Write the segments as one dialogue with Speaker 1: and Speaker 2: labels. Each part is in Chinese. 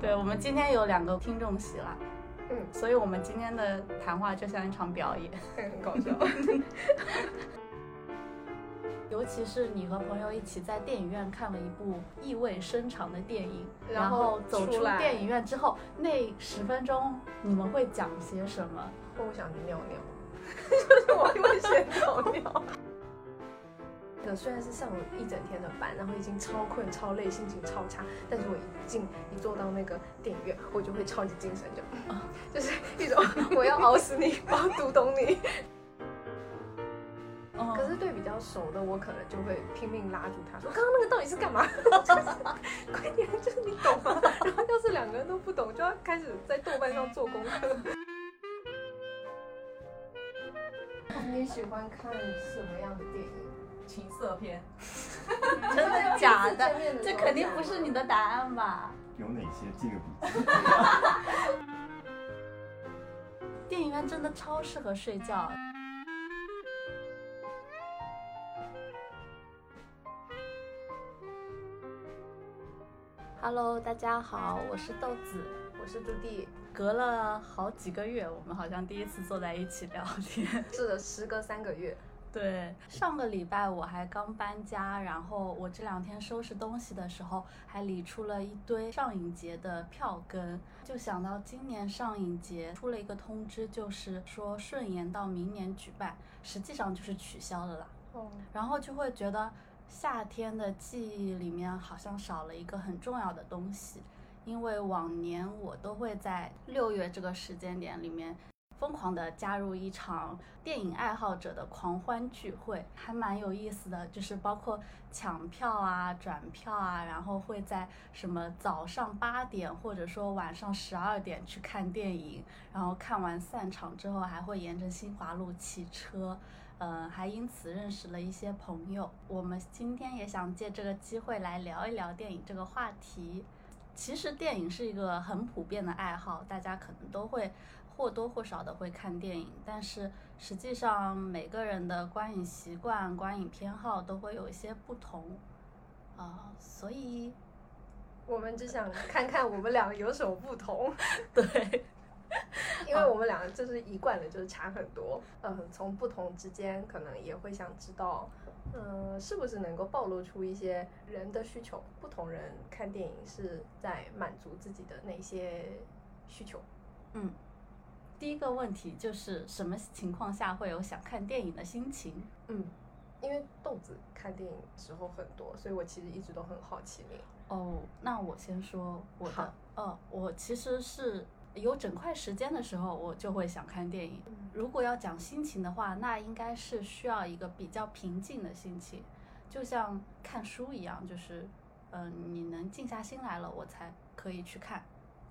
Speaker 1: 对我们今天有两个听众席啦，
Speaker 2: 嗯
Speaker 1: 所以我们今天的谈话就像一场表演，
Speaker 2: 很搞笑。
Speaker 1: 尤其是你和朋友一起在电影院看了一部意味深长的电影，然
Speaker 2: 然后
Speaker 1: 后走
Speaker 2: 出
Speaker 1: 出
Speaker 2: 来
Speaker 1: 电影院之后，那十分钟你们会讲些什么？
Speaker 2: 我想去尿尿， 就是我会先尿尿。呃虽然是上了一整天的班，然后已经超困、超累，心情超差，但是我一进一坐到那个电影院，我就会超级精神，就、就是 一种我要熬死你，我要读懂你。
Speaker 1: 嗯，
Speaker 2: 可是对比较熟的，我可能就会拼命拉住他说：“刚刚那个到底是干 嘛？”就是快点，就是你懂吗？然后要是两个人都不懂，就要开始在豆瓣上做功课。
Speaker 3: 你喜欢看什么样的电影？
Speaker 4: 情色片，
Speaker 1: 真的假 的？
Speaker 3: 面
Speaker 1: 这肯定不是你的答案吧？
Speaker 5: 有哪些这个笔记？
Speaker 1: 电影院真的超适合睡觉。Hello，大家好，我是豆子。
Speaker 2: 我是朱棣。
Speaker 1: 隔了好几个月，我们好像第一次坐在一起聊天。
Speaker 2: 是的，时隔三个月，
Speaker 1: 对，上个礼拜我还刚搬家，然后我这两天收拾东西的时候，还理出了一堆上影节的票根，就想到今年上影节出了一个通知，就是说顺延到明年举办，实际上就是取消了啦。
Speaker 2: 哦，
Speaker 1: 然后就会觉得夏天的记忆里面好像少了一个很重要的东西，因为往年我都会在六月这个时间点里面。疯狂的加入一场电影爱好者的狂欢聚会，还蛮有意思的，就是包括抢票啊、转票啊，然后会在什么早上八点或者说晚上十二点去看电影，然后看完散场之后还会沿着新华路骑车，呃，还因此认识了一些朋友。我们今天也想借这个机会来聊一聊电影这个话题。其实电影是一个很普遍的爱好，大家可能都会或多或少的会看电影，但是实际上每个人的观影习惯、观影偏好都会有一些不同啊、所以
Speaker 2: 我们只想看看我们俩有什么不同，
Speaker 1: 对，
Speaker 2: 因为我们俩就是一贯的，就是差很多。嗯、从不同之间，可能也会想知道，嗯、是不是能够暴露出一些人的需求？不同人看电影是在满足自己的哪些需求？
Speaker 1: 嗯，第一个问题就是什么情况下会有想看电影的心情？
Speaker 2: 嗯，因为豆子看电影时候很多，所以我其实一直都很好奇你。
Speaker 1: 哦，那我先说我的
Speaker 2: 好，
Speaker 1: 呃，我其实是有整块时间的时候，我就会想看电影。如果要讲心情的话，那应该是需要一个比较平静的心情，就像看书一样，就是，嗯、你能静下心来了，我才可以去看。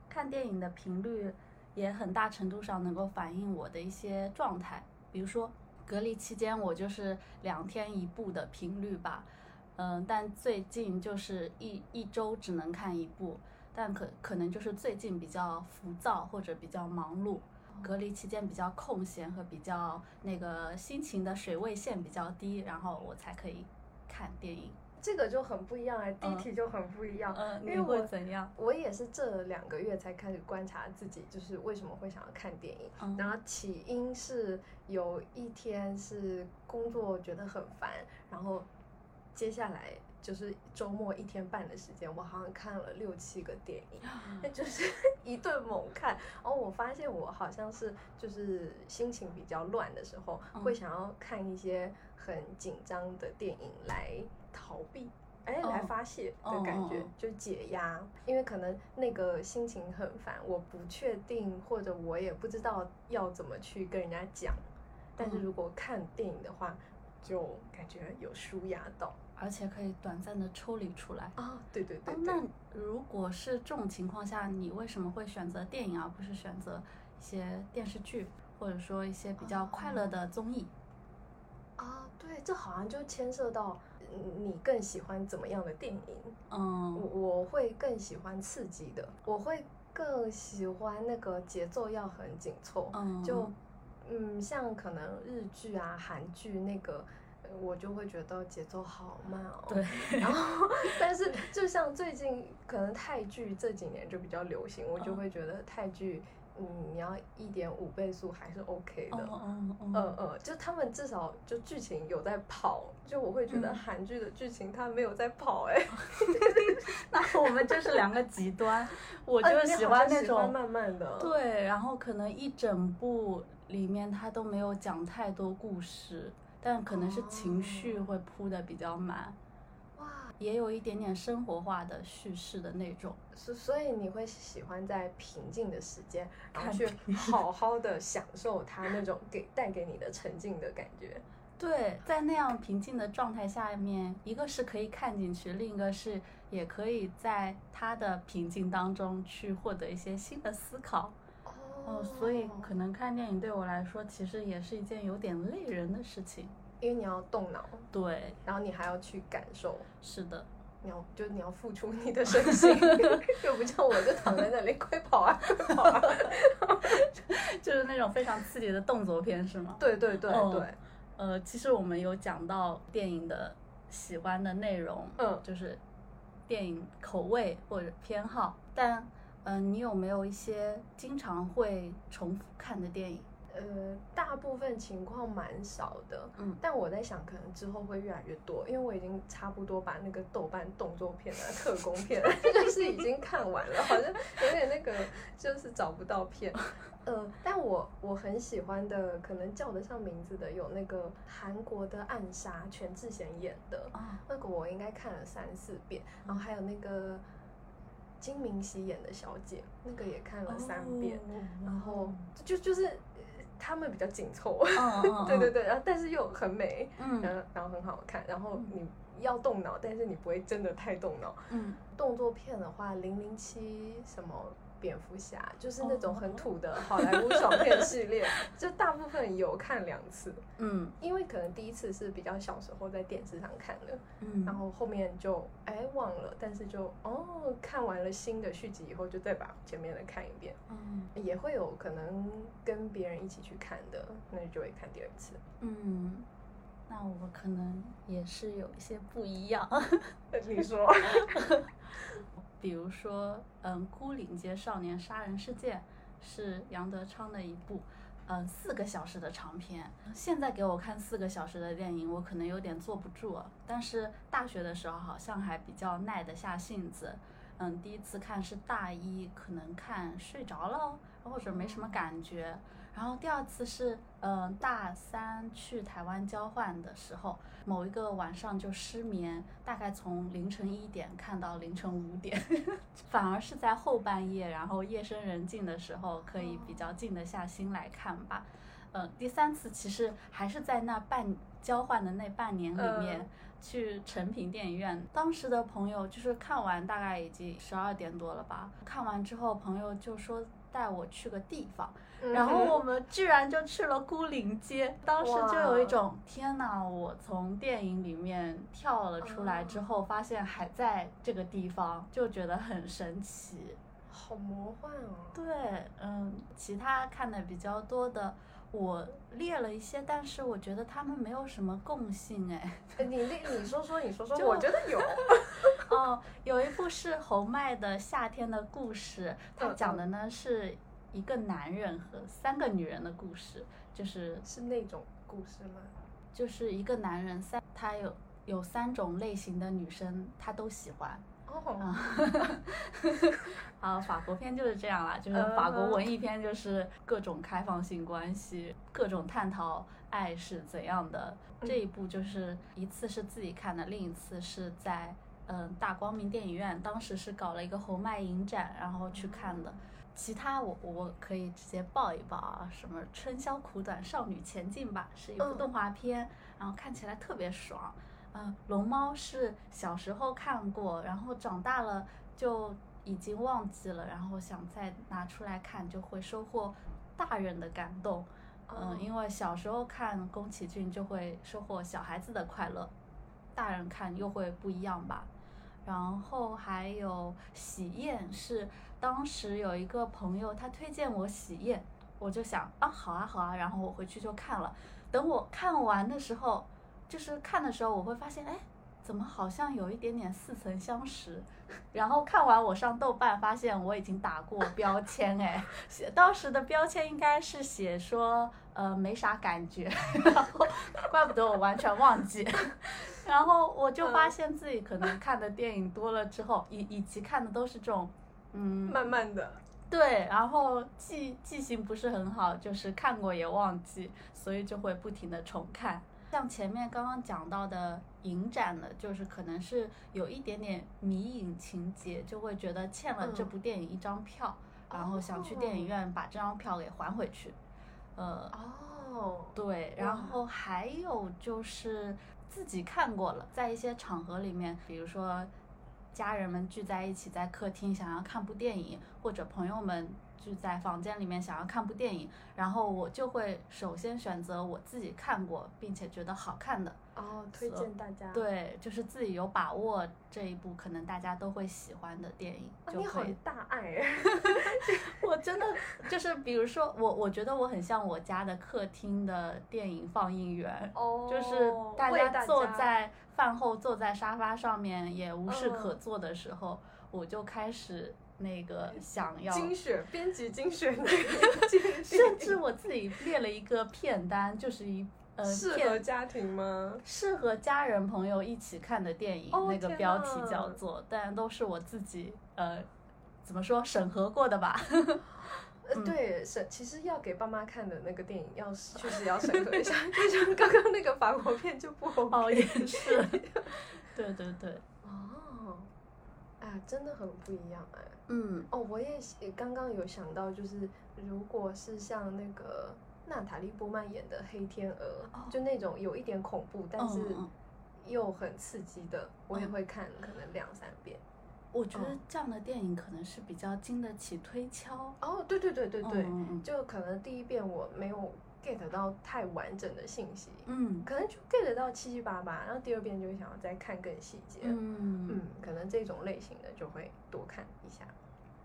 Speaker 1: 看电影的频率也很大程度上能够反映我的一些状态，比如说隔离期间，我就是两天一部的频率吧，嗯，但最近就是一一周只能看一部，但可可能就是最近比较浮躁或者比较忙碌，隔离期间比较空闲和比较那个心情的水位线比较低，然后我才可以看电影。
Speaker 2: 这个就很不一样哎、第一
Speaker 1: 嗯
Speaker 2: 题就很不一样。
Speaker 1: 嗯，你
Speaker 2: 因为我
Speaker 1: 会怎样？
Speaker 2: 我也是这两个月才开始观察自己，就是为什么会想要看电影。
Speaker 1: 嗯
Speaker 2: 然后起因是有一天是工作觉得很烦，然后接下来就是周末一天半的时间，我好像看了六七个电影，那 就是 一顿猛看。然后我发现我好像是就是心情比较乱的时候，
Speaker 1: 嗯
Speaker 2: 会想要看一些很紧张的电影来逃避。哎，来
Speaker 1: 哦
Speaker 2: 发泄
Speaker 1: 哦
Speaker 2: 的感觉
Speaker 1: 哦哦
Speaker 2: 就解压，因为可能那个心情很烦，我不确定或者我也不知道要怎么去跟人家讲。但是
Speaker 1: 嗯
Speaker 2: 如果看电影的话，就感觉有舒压到
Speaker 1: 而且可以短暂的抽离出来。
Speaker 2: 啊！对对对
Speaker 1: 哦
Speaker 2: 对，
Speaker 1: 那如果是这种情况下，你为什么会选择电影而不是选择一些电视剧，或者说一些比较快乐的综艺？
Speaker 2: 啊，对，这好像就牵涉到嗯你更喜欢怎么样的电影。
Speaker 1: 嗯，
Speaker 2: 我我会更喜欢刺激的，我会更喜欢那个节奏要很紧凑，
Speaker 1: 嗯
Speaker 2: 就嗯，像可能日剧啊、韩剧那个，嗯，我就会觉得节奏好慢哦。
Speaker 1: 对，
Speaker 2: 然后，但是就像最近可能泰剧这几年就比较流行，我就
Speaker 1: 嗯
Speaker 2: 会觉得泰剧，嗯，你要一点五倍速还是 OK 的。
Speaker 1: 嗯 嗯
Speaker 2: 嗯嗯，就他们至少就剧情有在跑，就我会觉得
Speaker 1: 嗯
Speaker 2: 韩剧的剧情它没有在跑哎、欸，
Speaker 1: 那我们就是两个极 端，我
Speaker 2: 啊
Speaker 1: 就
Speaker 2: 你好
Speaker 1: 喜欢
Speaker 2: 像
Speaker 1: 那
Speaker 2: 喜欢
Speaker 1: 种
Speaker 2: 慢慢的，
Speaker 1: 对，然后可能一整部里面他都没有讲太多故事，但可能是情绪会铺的比较满，
Speaker 2: 哇，
Speaker 1: 也有一点点生活化的叙事的那种。
Speaker 2: 所所以你会喜欢在平静的时间，然后
Speaker 1: 看
Speaker 2: 去好好的享受它那种给带给你的沉浸的感觉。
Speaker 1: 对，在那样平静的状态下面，一个是可以看进去，另一个是也可以在他的平静当中去获得一些新的思考。哦，所以可能看电影对我来说，其实也是一件有点累人的事情。
Speaker 2: 因为你要动脑，
Speaker 1: 对，
Speaker 2: 然后你还要去感受，
Speaker 1: 是的，
Speaker 2: 你要就你要付出你的身 心，又不像我就躺在那里快跑啊快跑啊。
Speaker 1: 就是那种非常刺激的动作片，是吗？
Speaker 2: 对对对
Speaker 1: 哦
Speaker 2: 对，
Speaker 1: 呃，其实我们有讲到电影的喜欢的内容，
Speaker 2: 嗯
Speaker 1: 就是电影口味或者偏好。但，嗯、你有没有一些经常会重复看的电影？
Speaker 2: 呃，大部分情况蛮少的，
Speaker 1: 嗯
Speaker 2: 但我在想，可能之后会越来越多，因为我已经差不多把那个豆瓣动作片啊、特工片啊， 就是已经看完了，好像有点那个，就是找不到片。呃，但我我很喜欢的，可能叫得上名字的有那个韩国的《暗杀》，全智贤演的，
Speaker 1: 啊，
Speaker 2: 那个我应该看了三四遍，然后还有那个金明喜演的小姐，那个也看了三
Speaker 1: 哦
Speaker 2: 遍。然后就就是呃他们比较紧凑，
Speaker 1: 嗯， 嗯
Speaker 2: 对对，对，然后但是又很美，
Speaker 1: 嗯嗯
Speaker 2: 嗯，然后很好看，然后
Speaker 1: 嗯
Speaker 2: 你要动脑，但是你不会真的太动脑。
Speaker 1: 嗯，
Speaker 2: 动作片的话，零零七什么。蝙蝠侠就是那种
Speaker 1: 哦
Speaker 2: 很土的好莱坞爽片系 列，就大部分有看两次，
Speaker 1: 嗯
Speaker 2: 因为可能第一次是比较小时候在电视上看的，
Speaker 1: 嗯，
Speaker 2: 然后后面就哎忘了，但是就哦看完了新的续集以后，就再把前面的看一遍。
Speaker 1: 嗯
Speaker 2: 也会有可能跟别人一起去看的，那就会看第二 次。
Speaker 1: 嗯，那我可能也是有一些不一样。
Speaker 2: 你说，
Speaker 1: 比如说，嗯，《孤岭街少年杀人事件》是杨德昌的一部，嗯，四个小时的长片。现在给我看四个小时的电影，我可能有点坐不住啊。但是大学的时候好像还比较耐得下性子，嗯，第一次看是大一，可能看睡着了，或者没什么感觉。然后第二次是，嗯，大三去台湾交换的时候，某一个晚上就失眠，大概从凌晨一点看到凌晨五点，反而是在后半夜，然后夜深人静的时候，可以比较静得下心来看吧。呃，第三次其实还是在那半交换的那半年里面。
Speaker 2: 嗯
Speaker 1: 去成品电影院，当时的朋友就是看完大概已经十二点多了吧。看完之后，朋友就说带我去个地方，
Speaker 2: 嗯
Speaker 1: 然后我们居然就去了孤岭街，当时就有一种天哪！我从电影里面跳了出来之后，发现还在这个地方，就觉得很神奇。
Speaker 2: 好魔幻哦。
Speaker 1: 对，嗯，其他看的比较多的，我列了一些，但是我觉得他们没有什么共性哎。
Speaker 2: 哎 你那你说说，你说说，
Speaker 1: 就
Speaker 2: 我觉得 有。
Speaker 1: 哦，有一部是侯麦的《夏天的故事》，它讲的呢是一个男人和三个女人的故事，就是
Speaker 2: 是那种故事吗？
Speaker 1: 就是一个男人三，他有有三种类型的女生，他都喜欢
Speaker 2: 哦，
Speaker 1: 啊。 啊，法国片就是这样啦，就是法国文艺片就是各种开放性关系，各种探讨爱是怎样的。这一部就是一次是自己看的，另一次是在嗯大光明电影院，当时是搞了一个侯麦影展，然后去看的。其他我我可以直接报一报啊，什么《春宵苦短，少女前进吧》是一部
Speaker 2: 嗯
Speaker 1: 动画片，然后看起来特别爽。嗯、龙猫是小时候看过，然后长大了就已经忘记了，然后想再拿出来看，就会收获大人的感动。嗯，因为小时候看宫崎骏就会收获小孩子的快乐，大人看又会不一样吧。然后还有《喜宴》，是当时有一个朋友他推荐我《喜宴》，我就想啊好啊好啊，然后我回去就看了。等我看完的时候，就是看的时候我会发现，哎，怎么好像有一点点似曾相识？ 然后看完我上豆瓣发现我已经打过标签，哎，写当时的标签应该是写说呃没啥感觉， 然后怪不得我完全忘记。 然后我就发现自己可能看的电影多了之后，以以及看的都是这种，嗯，
Speaker 2: 慢慢的，
Speaker 1: 对，然后记记性不是很好，就是看过也忘记，所以就会不停的重看。像前面刚刚讲到的影展的，就是可能是有一点点迷影情节，就会觉得欠了这部电影一张票，然后想去电影院把这张票给还回去。呃，
Speaker 2: 哦，
Speaker 1: 对，然后还有就是自己看过了，在一些场合里面，比如说家人们聚在一起在客厅想要看部电影，或者朋友们聚在房间里面想要看部电影，然后我就会首先选择我自己看过并且觉得好看的，
Speaker 2: 哦，推荐大家，，
Speaker 1: 对，就是自己有把握这一部可能大家都会喜欢的电影，
Speaker 2: 啊、
Speaker 1: 就
Speaker 2: 你好
Speaker 1: 会
Speaker 2: 大 爱，
Speaker 1: 我真 的就是，比如说我，我觉得我很像我家的客厅的电影放映员，
Speaker 2: 哦
Speaker 1: 就是大
Speaker 2: 为
Speaker 1: 家
Speaker 2: 大
Speaker 1: 坐
Speaker 2: 家
Speaker 1: 在饭后坐在沙发上面也无事可
Speaker 2: 嗯
Speaker 1: 做的时候，我就开始那 个想要，
Speaker 2: 精选编辑精 选的建议，
Speaker 1: 甚至我自己列了一个片单，就是一呃
Speaker 2: 适合
Speaker 1: 片
Speaker 2: 家庭吗？
Speaker 1: 适合家人朋友一起看的电影，
Speaker 2: 哦
Speaker 1: 那个
Speaker 2: 天
Speaker 1: 标题
Speaker 2: 呐
Speaker 1: 叫做，但都是我自己呃怎么说审核过的吧。
Speaker 2: 呃，
Speaker 1: 嗯
Speaker 2: 对，审其实要给爸妈看的那个电影，要是确实要审核 一下，就像刚刚那个法国片就不 OK。
Speaker 1: 哦，也是，对对对，
Speaker 2: 哦，哎呀，真的很不一样哎。
Speaker 1: 嗯
Speaker 2: 哦，我也是刚刚有想到，就是如果是像那个娜塔莉波曼演的《黑天鹅》
Speaker 1: 哦
Speaker 2: 就那种有一点恐怖，但是
Speaker 1: 嗯嗯
Speaker 2: 又很刺激的，我也
Speaker 1: 嗯
Speaker 2: 会看，可能两三遍。
Speaker 1: 我觉得
Speaker 2: 嗯
Speaker 1: 这样的电影可能是比较经得起推敲。
Speaker 2: 哦，对对对对对，
Speaker 1: 嗯嗯
Speaker 2: 就可能第一遍我没有 get 到太完整的信息，
Speaker 1: 嗯
Speaker 2: 可能就 get 到七七八八，然后第二遍就会想要再看更细节。
Speaker 1: 嗯
Speaker 2: 嗯，可能这种类型的就会多看一下。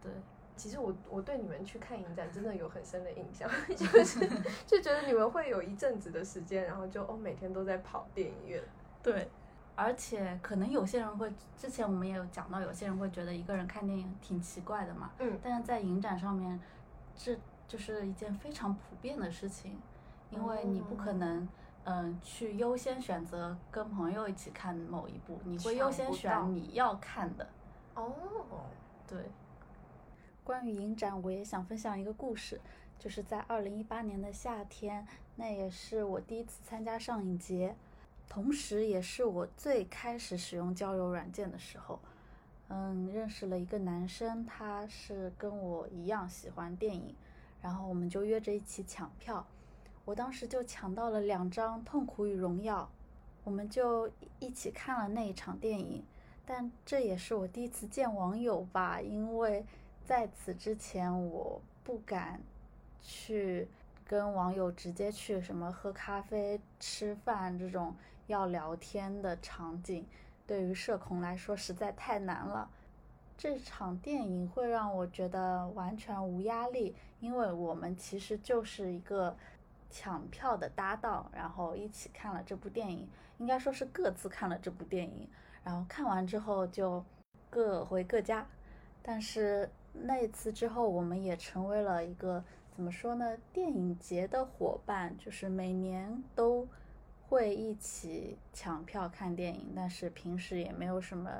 Speaker 1: 对，
Speaker 2: 其实我我对你们去看影展真的有很深的印象， 就是就觉得你们会有一阵子的时间，然后就哦每天都在跑电影院。
Speaker 1: 对，而且可能有些人会，之前我们也有讲到，有些人会觉得一个人看电影挺奇怪的嘛，
Speaker 2: 嗯
Speaker 1: 但是在影展上面，这就是一件非常普遍的事情，因为你不可
Speaker 2: 哦
Speaker 1: 能。嗯，去优先选择跟朋友一起看某一部，你会优
Speaker 2: 抢
Speaker 1: 先
Speaker 2: 不到
Speaker 1: 选你要看的。
Speaker 2: 哦，
Speaker 1: 对，关于影展，我也想分享一个故事，就是在二零一八年的夏天，那也是我第一次参加上影节，同时也是我最开始使用交友软件的时候。嗯，认识了一个男生，他是跟我一样喜欢电影，然后我们就约着一起抢票。我当时就抢到了两张《痛苦与荣耀》，我们就一起看了那一场电影。但这也是我第一次见网友吧，因为在此之前我不敢去跟网友直接去什么喝咖啡、吃饭这种要聊天的场景，对于社恐来说实在太难了。这场电影会让我觉得完全无压力，因为我们其实就是一个抢票的搭档，然后一起看了这部电影，应该说是各自看了这部电影。然后看完之后就各回各家。但是那一次之后，我们也成为了一个怎么说呢，电影节的伙伴，就是每年都会一起抢票看电影，但是平时也没有什么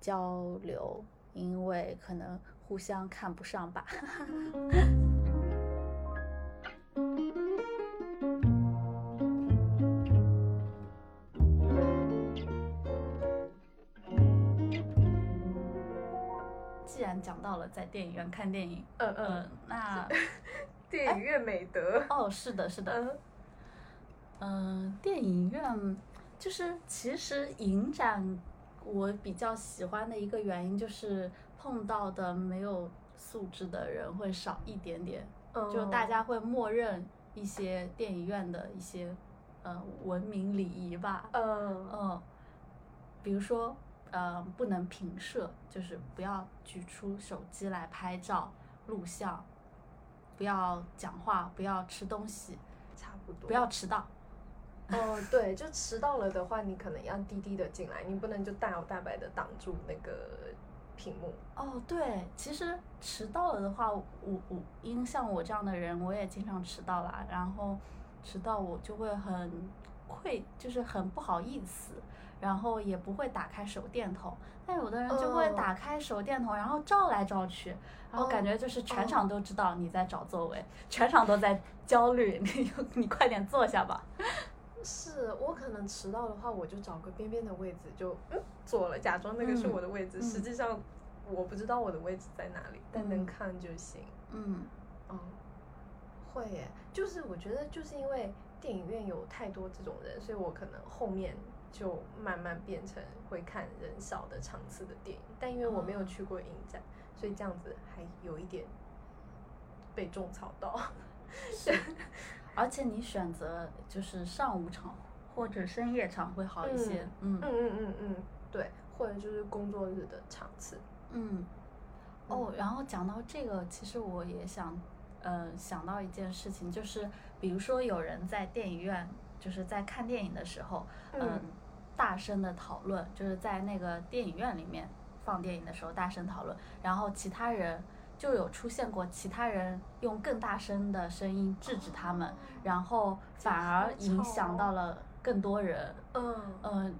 Speaker 1: 交流，因为可能互相看不上吧。 既然讲到了在电影院看电影，
Speaker 2: 嗯
Speaker 1: 呃
Speaker 2: 嗯，，
Speaker 1: 那
Speaker 2: 电影院美德。
Speaker 1: 哦，是的，是的，
Speaker 2: 嗯，
Speaker 1: 嗯、电影院就是其实影展，我比较喜欢的一个原因就是碰到的没有素质的人会少一点点，哎就
Speaker 2: 哦
Speaker 1: 大家会默认一些电影院的一些呃文明礼仪吧，
Speaker 2: 嗯，嗯，
Speaker 1: 嗯，比如说，呃，不能平射，就是不要举出手机来拍照、录像，不要讲话，不要吃东西，
Speaker 2: 差不多。
Speaker 1: 不要迟到，
Speaker 2: 哦，对，就迟到了的话，你可能要低低的进来，你不能就大摇大摆的挡住那个屏幕。
Speaker 1: 哦，对，其实迟到了的话，我我因像我这样的人，我也经常迟到啦。然后迟到我就会很愧，就是很不好意思，然后也不会打开手电筒。但有的人就会
Speaker 2: 哦
Speaker 1: 打开手电筒，然后照来照去，然后感
Speaker 2: 哦
Speaker 1: 觉就是全
Speaker 2: 哦
Speaker 1: 场都知道你在找座位，全场都在焦虑，你你快点坐下吧。
Speaker 2: 是我可能迟到的话，我就找个边边的位置就嗯坐了，假装那个是
Speaker 1: 嗯
Speaker 2: 我的位置，
Speaker 1: 嗯
Speaker 2: 实际上我不知道我的位置在哪里，但能
Speaker 1: 嗯
Speaker 2: 看就行。
Speaker 1: 嗯
Speaker 2: 哦，会耶，就是我觉得就是因为电影院有太多这种人，所以我可能后面就慢慢变成会看人少的场次的电影，但因为我没有
Speaker 1: 哦
Speaker 2: 去过影展，所以这样子还有一点被种草到。
Speaker 1: 而且你选择就是上午场或者深夜场会好一些。嗯
Speaker 2: 嗯嗯嗯嗯，对，或者就是工作日的场次。
Speaker 1: 嗯，哦
Speaker 2: 嗯，
Speaker 1: 然后讲到这个，其实我也想，呃，想到一件事情，就是比如说有人在电影院，就是在看电影的时候，
Speaker 2: 嗯
Speaker 1: 嗯，大声的讨论，就是在那个电影院里面放电影的时候大声讨论，然后其他人就有出现过其他人用更大声的声音制止他们，然后反而影响到了更多人。
Speaker 2: 嗯
Speaker 1: 嗯，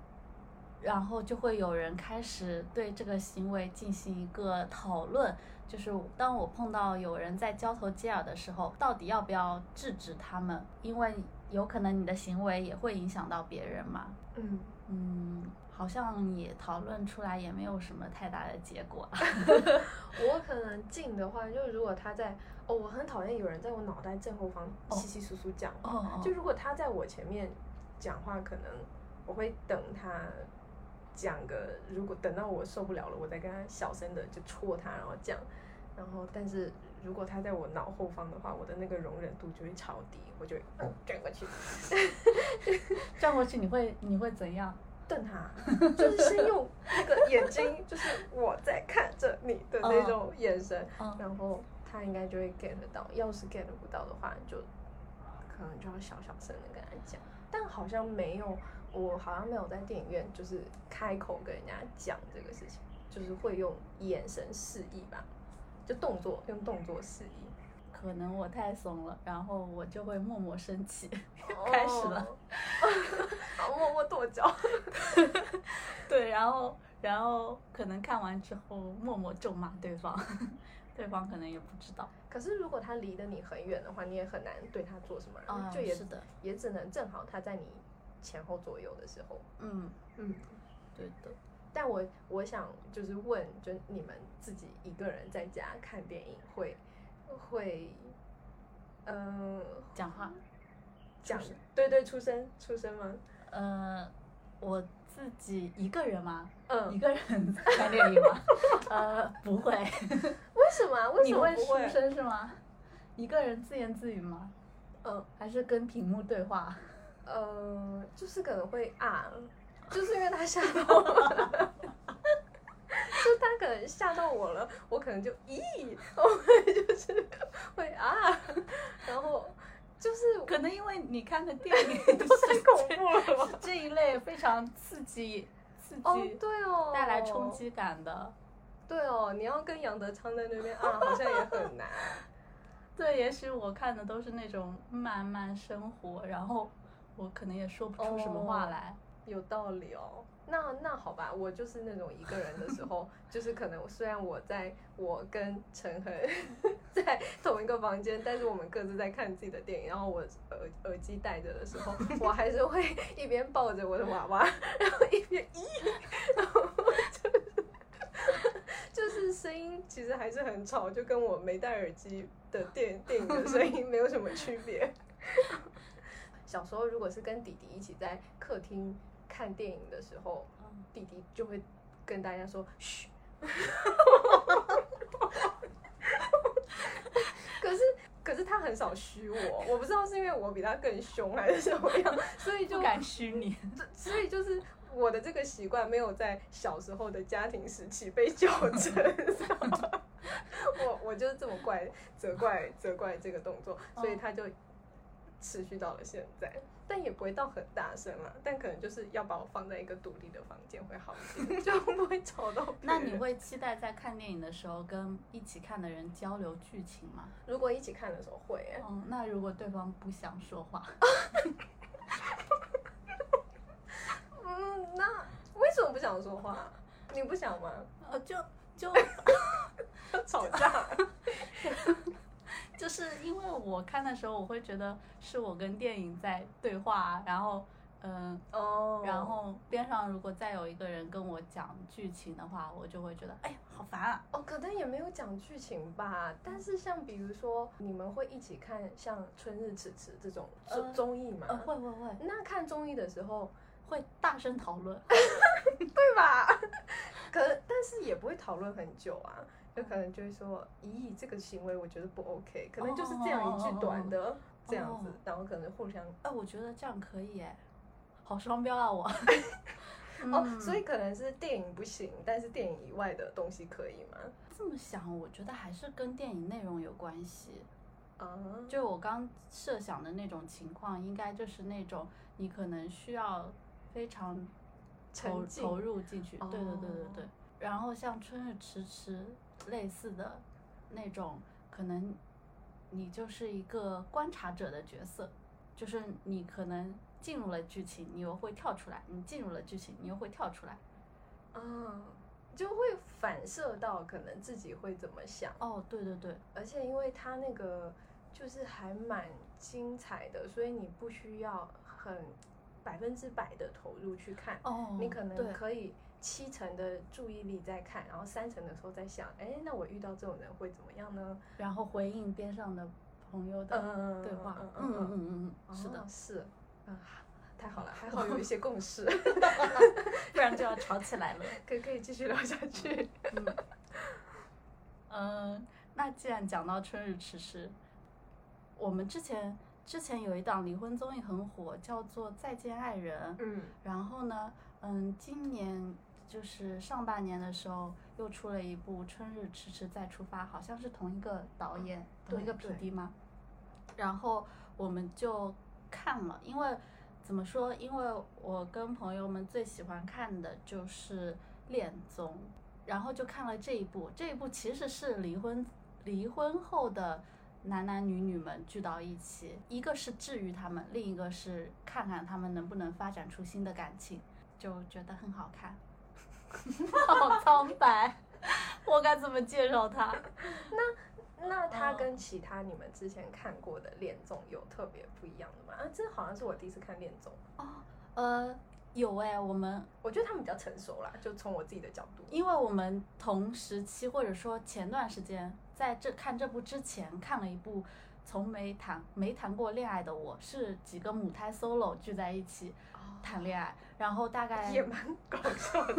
Speaker 1: 然后就会有人开始对这个行为进行一个讨论，就是当我碰到有人在交头接耳的时候，到底要不要制止他们？因为有可能你的行为也会影响到别人嘛。
Speaker 2: 嗯，
Speaker 1: 嗯，好像也讨论出来也没有什么太大的结果。啊
Speaker 2: 我可能近的话，就是如果他在哦，我很讨厌有人在我脑袋正后方
Speaker 1: 哦
Speaker 2: 稀稀疏疏讲 话。
Speaker 1: 哦
Speaker 2: 就如果他在我前面讲话，可能我会等他讲个，如果等到我受不了了，我再跟他小声的就戳他，然后讲。然后，但是如果他在我脑后方的话，我的那个容忍度就会超低，我就会嗯转过去
Speaker 1: 转过去你会你会怎样？
Speaker 2: 瞪他，就是先用那个眼睛，就是我在看着你的那种眼神，
Speaker 1: 嗯
Speaker 2: 然后他应该就会 get 得到。要是 get 不到的话，就可能就要小小声的跟他讲。但好像没有，我好像没有在电影院就是开口跟人家讲这个事情，就是会用眼神示意吧，就动作用动作示意。
Speaker 1: 可能我太怂了，然后我就会默默生气。开始了
Speaker 2: 哦， 好默默跺脚。
Speaker 1: 对，然后然后可能看完之后默默咒骂对方， 对方可能也不知道。
Speaker 2: 可是如果他离得你很远的话，你也很难对他做什么，
Speaker 1: 啊
Speaker 2: 就也
Speaker 1: 是的，
Speaker 2: 也只能正好他在你前后左右的时候。
Speaker 1: 嗯，
Speaker 2: 嗯，
Speaker 1: 对的。
Speaker 2: 但我我想就是问，就你们自己一个人在家看电影会会，嗯、
Speaker 1: 讲话，
Speaker 2: 讲
Speaker 1: 声
Speaker 2: 对对出声出声吗？
Speaker 1: 呃，我自己一个人吗？一
Speaker 2: 嗯，
Speaker 1: 个人看电影吗？ 呃，不 会。
Speaker 2: 为什么啊？为
Speaker 1: 你
Speaker 2: 什么
Speaker 1: 会
Speaker 2: 不
Speaker 1: 出
Speaker 2: 会？
Speaker 1: 声是吗？一个人自言自语吗？
Speaker 2: 嗯
Speaker 1: 还是跟屏幕对话？
Speaker 2: 呃，就是可能会啊，就是因为他吓到我了。 就他可能吓到我了，我可能就咦，我会就是会啊， 然后就是
Speaker 1: 可能因为你看的电 影都
Speaker 2: 太恐怖了吧？
Speaker 1: 这一类非常刺激、刺
Speaker 2: 哦
Speaker 1: 激，
Speaker 2: 对哦，
Speaker 1: 带来冲。击感的。
Speaker 2: 对哦，你要跟杨德昌在那边 啊，好像也很难。
Speaker 1: 对，也许我看的都是那种慢慢生活，然后我可能也说不出什么话
Speaker 2: 哦
Speaker 1: 来。
Speaker 2: 有道理哦。那那好吧，我就是那种一个人的时 候，就是可能虽然我在我跟陈恒 在同一个房间，但是我们各自在看自己的电影，然后我耳耳机戴着的时候，我还是会一边抱着我的娃娃，然后一边咦，然后 就是就是声音其实还是很吵，就跟我没戴耳机的电电影的声音没有什么区别。 小时候如果是跟弟弟一起在客厅看电影的时候，
Speaker 1: 嗯
Speaker 2: 弟弟就会跟大家说嘘。 可是可是他很少嘘我，我不知道是因为我比他更凶还是怎么样，所以就
Speaker 1: 不敢嗯虚拟，
Speaker 2: 所以就是我的这个习惯没有在小时候的家庭时期被纠正， 哦我我就是这么怪责怪责怪这个动作，所以他就持续到了现在，但也不会到很大声啦，但可能就是要把我放在一个独立的房间会好一点，就不会吵到别人。
Speaker 1: 那你会期待在看电影的时候跟一起看的人交流剧情吗？
Speaker 2: 如果一起看的时候会、欸，
Speaker 1: 嗯，那如果对方不想说话，
Speaker 2: 嗯，那为什么不想说话？你不想 吗？
Speaker 1: 呃， 就就
Speaker 2: 吵架？
Speaker 1: 就是因为我看的时候，我会觉得是我跟电影在对话，然后嗯、
Speaker 2: 哦
Speaker 1: 然后边上如果再有一个人跟我讲剧情的话，我就会觉得哎呀好烦啊。
Speaker 2: 哦，可能也没有讲剧情吧，但是像比如说，你们会一起看像《春日迟迟》这种
Speaker 1: 呃
Speaker 2: 综综艺吗？
Speaker 1: 呃，会会会
Speaker 2: 那看综艺的时候，
Speaker 1: 会大声讨论，
Speaker 2: 对吧？可但是也不会讨论很久啊，就可能就会说，咦，这个行为我觉得不 OK，可能就是这样一句短的这样子
Speaker 1: 哦，
Speaker 2: 然后可能互相
Speaker 1: 哎，我觉得这样可以哎，好双标啊我。
Speaker 2: 哦，
Speaker 1: 嗯
Speaker 2: 所以可能是电影不行，但是电影以外的东西可以吗？
Speaker 1: 这么想，我觉得还是跟电影内容有关系。
Speaker 2: 啊，就
Speaker 1: 就我刚设想的那种情况，应该就是那种你可能需要非常投
Speaker 2: 沉浸
Speaker 1: 投入进去。对对对对
Speaker 2: 哦
Speaker 1: 对。然后像《春日迟迟》类似的那种，可能你就是一个观察者的角色，就是你可能进入了剧情，你又会跳出来；你进入了剧情，你又会跳出来。
Speaker 2: 啊，就会反射到可能自己会怎么想。
Speaker 1: 哦，对对对，
Speaker 2: 而且因为它那个就是还蛮精彩的，所以你不需要很百分之百的投入去看，
Speaker 1: 哦，
Speaker 2: 你可能
Speaker 1: 对
Speaker 2: 可以七成的注意力在看，然后三成的时候在想，哎，那我遇到这种人会怎么样呢？
Speaker 1: 然后回应边上的朋友的
Speaker 2: 嗯
Speaker 1: 对话。
Speaker 2: 嗯
Speaker 1: 嗯
Speaker 2: 嗯
Speaker 1: 嗯
Speaker 2: 嗯
Speaker 1: 嗯嗯，是 的
Speaker 2: 哦，是，啊，太好了，还好有一些共识，
Speaker 1: 不然就要吵起来 了。
Speaker 2: 可以可以继续聊下去。
Speaker 1: 嗯，呃那既然讲到春日迟迟，我们之前之前有一档离婚综艺很火，叫做《再见爱人》。
Speaker 2: 嗯，
Speaker 1: 然后呢，嗯，今年就是上半年的时候又出了一部《春日迟迟再出发》，好像是同一个导演、同一
Speaker 2: 对
Speaker 1: 个
Speaker 2: 对
Speaker 1: PD 吗？然后我们就看了，因为怎么说？因为我跟朋友们最喜欢看的就是恋综，然后就看了这一部。这一部其实是离婚离婚后的男男女女们聚到一起，一个是治愈他们，另一个是看看他们能不能发展出新的感情，就觉得很好看。 好苍白，我该怎么介绍它？
Speaker 2: 那它
Speaker 1: 嗯
Speaker 2: 跟其他你们之前看过的恋综有特别不一样的吗？啊，这好像是我第一次看恋综。
Speaker 1: 呃，有哎、我们
Speaker 2: 我觉得他们比较成熟啦，就从我自己的角度。
Speaker 1: 因为我们同时期或者说前段时间在这看这部之前看了一部从没谈没谈过恋爱的我是几个母胎 solo 聚在一起谈恋爱，然后大概
Speaker 2: 哦也蛮搞笑的，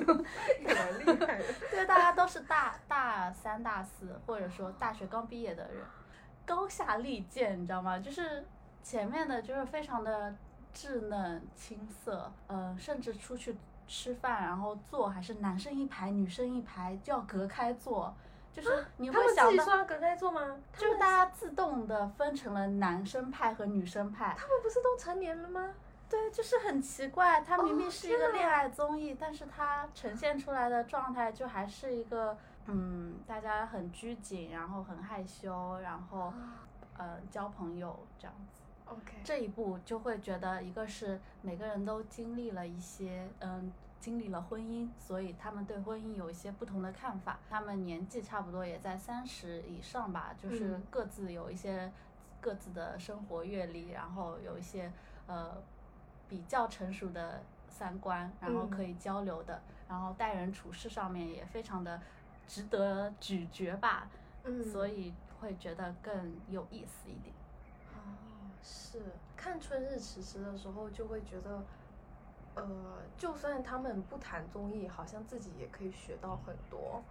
Speaker 2: 也蛮厉害 的。
Speaker 1: 对，大家都是大大三、大四，或者说大学刚毕业的人，高下立见，你知道吗？就是前面的就是非常的稚嫩、青涩，呃，甚至出去吃饭，然后坐还是男生一排、女生一排，就要隔开坐，就是你会
Speaker 2: 啊他们自
Speaker 1: 想
Speaker 2: 己
Speaker 1: 到，
Speaker 2: 说要隔开坐吗？他
Speaker 1: 就是
Speaker 2: 们
Speaker 1: 大家自动的分成了男生派和女生派。
Speaker 2: 他们不是都成年了吗？
Speaker 1: 对，就是很奇怪，它明明
Speaker 2: 哦
Speaker 1: 是一个
Speaker 2: 天哪
Speaker 1: 恋爱综艺，但是它呈现出来的状态就还是一个，嗯，大家很拘谨，然后很害羞，然后，
Speaker 2: 哦
Speaker 1: 呃，交朋友这样子。
Speaker 2: OK，
Speaker 1: 这一步就会觉得，一个是每个人都经历了一些，嗯，经历了婚姻，所以他们对婚姻有一些不同的看法。他们年纪差不多也在三十以上吧，就是
Speaker 2: 嗯
Speaker 1: 各自有一些各自的生活阅历，然后有一些呃比较成熟的三观，然后
Speaker 2: 嗯
Speaker 1: 可以交流的，然后待人处事上面也非常的值得咀嚼吧，
Speaker 2: 嗯
Speaker 1: 所以会觉得更有意思一点。
Speaker 2: 哦，是看《春日迟迟》的时候，就会觉得，呃，就算他们不谈综艺，好像自己也可以学到很多，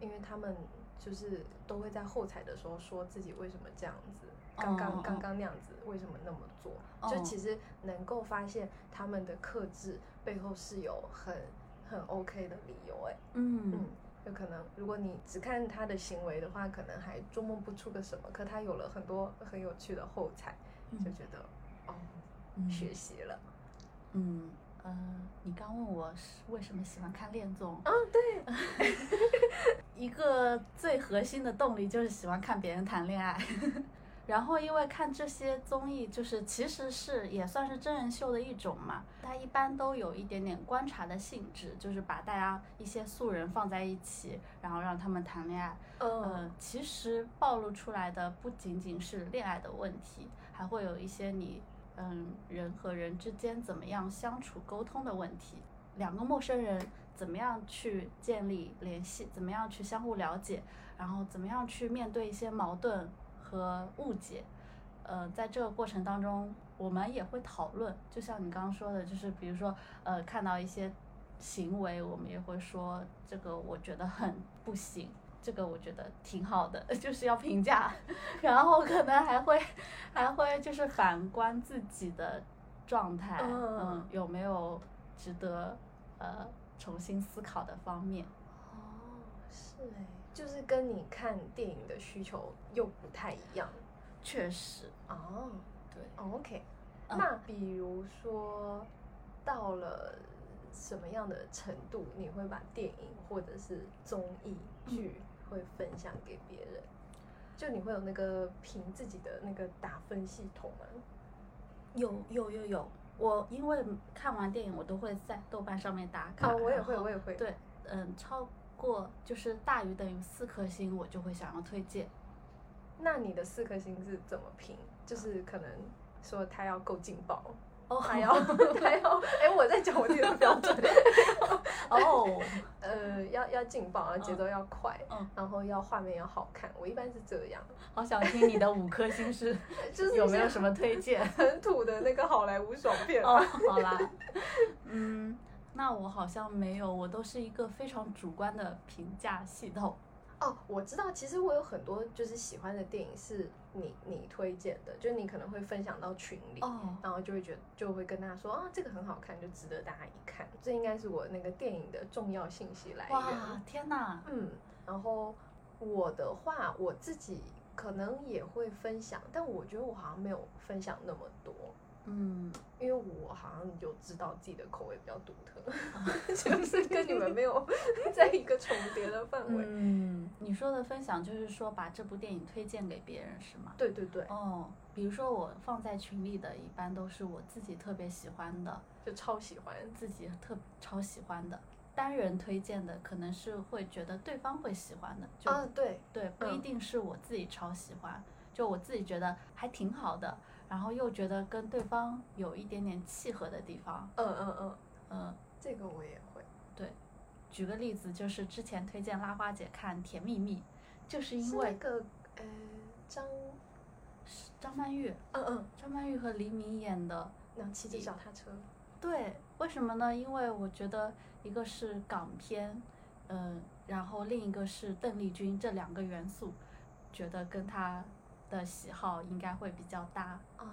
Speaker 2: 因为他们就是都会在后采的时候说自己为什么这样子，刚
Speaker 1: 哦
Speaker 2: 刚
Speaker 1: 哦
Speaker 2: 刚刚那样子，为什么那么做，就
Speaker 1: 哦
Speaker 2: 其实能够发现他们的克制背后是有很很 OK 的理由，哎，
Speaker 1: 嗯
Speaker 2: 嗯，有可能，如果你只看他的行为的话，可能还捉摸不出个什么。可他有了很多很有趣的后采，
Speaker 1: 嗯
Speaker 2: 就觉得哦，
Speaker 1: 嗯
Speaker 2: 学习了。
Speaker 1: 嗯呃，你刚问我是为什么喜欢看恋综，
Speaker 2: 嗯、对，
Speaker 1: 一个最核心的动力就是喜欢看别人谈恋爱， 然后因为看这些综艺，就是其实是也算是真人秀的一种嘛，它一般都有一点点观察的性质，就是把大家一些素人放在一起，然后让他们谈恋爱。呃
Speaker 2: 嗯，，
Speaker 1: 其实暴露出来的不仅仅是恋爱的问题，还会有一些你嗯人和人之间怎么样相处沟通的问题，两个陌生人怎么样去建立联系，怎么样去相互了解，然后怎么样去面对一些矛盾和误解。呃，在这个过程当中，我们也会讨论，就像你刚刚说的，就是比如说，呃，看到一些行为，我们也会说这个我觉得很不行，这个我觉得挺好的， 就是要评价， 然后可能还会还会就是反观自己的状态，
Speaker 2: 嗯
Speaker 1: 嗯，有没有值得呃重新思考的方面？
Speaker 2: 哦，是哎，就是跟你看电影的需求又不太一样。
Speaker 1: 确实，
Speaker 2: 哦
Speaker 1: 对，
Speaker 2: 哦，OK，、
Speaker 1: 嗯
Speaker 2: 那比如说到了什么样的程度，你会把电影或者是综艺剧会分享给别人？就你会有那个凭自己的那个打分系统吗？
Speaker 1: 有有有有，我因为看完电影，我都会在豆瓣上面打卡。
Speaker 2: 哦，我也
Speaker 1: 然
Speaker 2: 会，
Speaker 1: 后
Speaker 2: 我也会。
Speaker 1: 对，嗯，超过就是大于等于四颗星，我就会想要推荐。
Speaker 2: 那你的四颗星是怎么评？就是可能说它要够劲爆，
Speaker 1: 哦，
Speaker 2: 还 要它要，哎、我在讲我自己的标准。
Speaker 1: 哦，
Speaker 2: 呃，要要劲爆，然后节奏要快，
Speaker 1: 嗯
Speaker 2: 然后要画面要好看。我一般是这样，
Speaker 1: 好想听你的五颗星 是
Speaker 2: 就是
Speaker 1: 有没有
Speaker 2: 么？
Speaker 1: 什么推荐
Speaker 2: 很土的那个好莱坞爽片
Speaker 1: 哦，
Speaker 2: 吧。
Speaker 1: 好啦，嗯，那我好像没有，我都是一个非常主观的评价系统。
Speaker 2: 哦，我知道，其实我有很多就是喜欢的电影是你你推荐的，就你可能会分享到群里。
Speaker 1: 哦，
Speaker 2: 然后就会觉得，就会跟大家说啊，这个很好看，就值得大家一看。这应该是我那个电影的重要信息来源
Speaker 1: 哇。，天哪，
Speaker 2: 嗯，然后我的话，我自己可能也会分享，但我觉得我好像没有分享那么多，
Speaker 1: 嗯，
Speaker 2: 因为我好像有知道自己的口味比较独特， 就是跟你们没 有在一个重叠的范围。
Speaker 1: 嗯，你说的分享就是说把这部电影推荐给别人是吗？
Speaker 2: 对对对，
Speaker 1: 哦，比如说我放在群里的，一般都是我自己特别喜欢的，
Speaker 2: 就超喜欢。
Speaker 1: 自己特超喜欢的。单人推荐的可能是会觉得对方会喜欢的，就、
Speaker 2: 啊，对，
Speaker 1: 对，不一
Speaker 2: 嗯
Speaker 1: 定是我自己超喜欢，就我自己觉得还挺好的，然后又觉得跟对方有一点点契合的地方。
Speaker 2: 嗯嗯嗯，
Speaker 1: 嗯，
Speaker 2: 这个我也会。
Speaker 1: 举个例子，就是之前推荐拉花姐看《甜蜜蜜》，就是
Speaker 2: 是
Speaker 1: 因
Speaker 2: 那
Speaker 1: 为
Speaker 2: 个呃张，
Speaker 1: 是张曼玉，
Speaker 2: 嗯嗯，
Speaker 1: 张曼玉和黎明演的，
Speaker 2: 那骑着脚踏车，
Speaker 1: 对，为什么呢？因为我觉得一个是港片，嗯、然后另一个是邓丽君，这两个元素，觉得跟她的喜好应该会比较搭。
Speaker 2: 哦，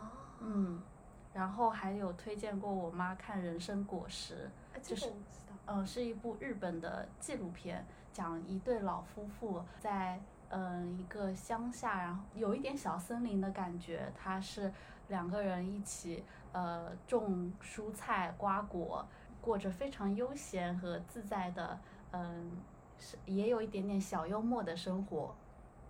Speaker 1: 嗯，然后还有推荐过我妈看《人参果实
Speaker 2: 啊，
Speaker 1: 就
Speaker 2: 这
Speaker 1: 是
Speaker 2: 个我知道。
Speaker 1: 嗯、呃是一部日本的纪录片，讲一对老夫妇在嗯、呃一个乡下，然后有一点小森林的感觉，他是两个人一起呃种蔬菜瓜果，过着非常悠闲和自在的，嗯、是也有一点点小幽默的生活。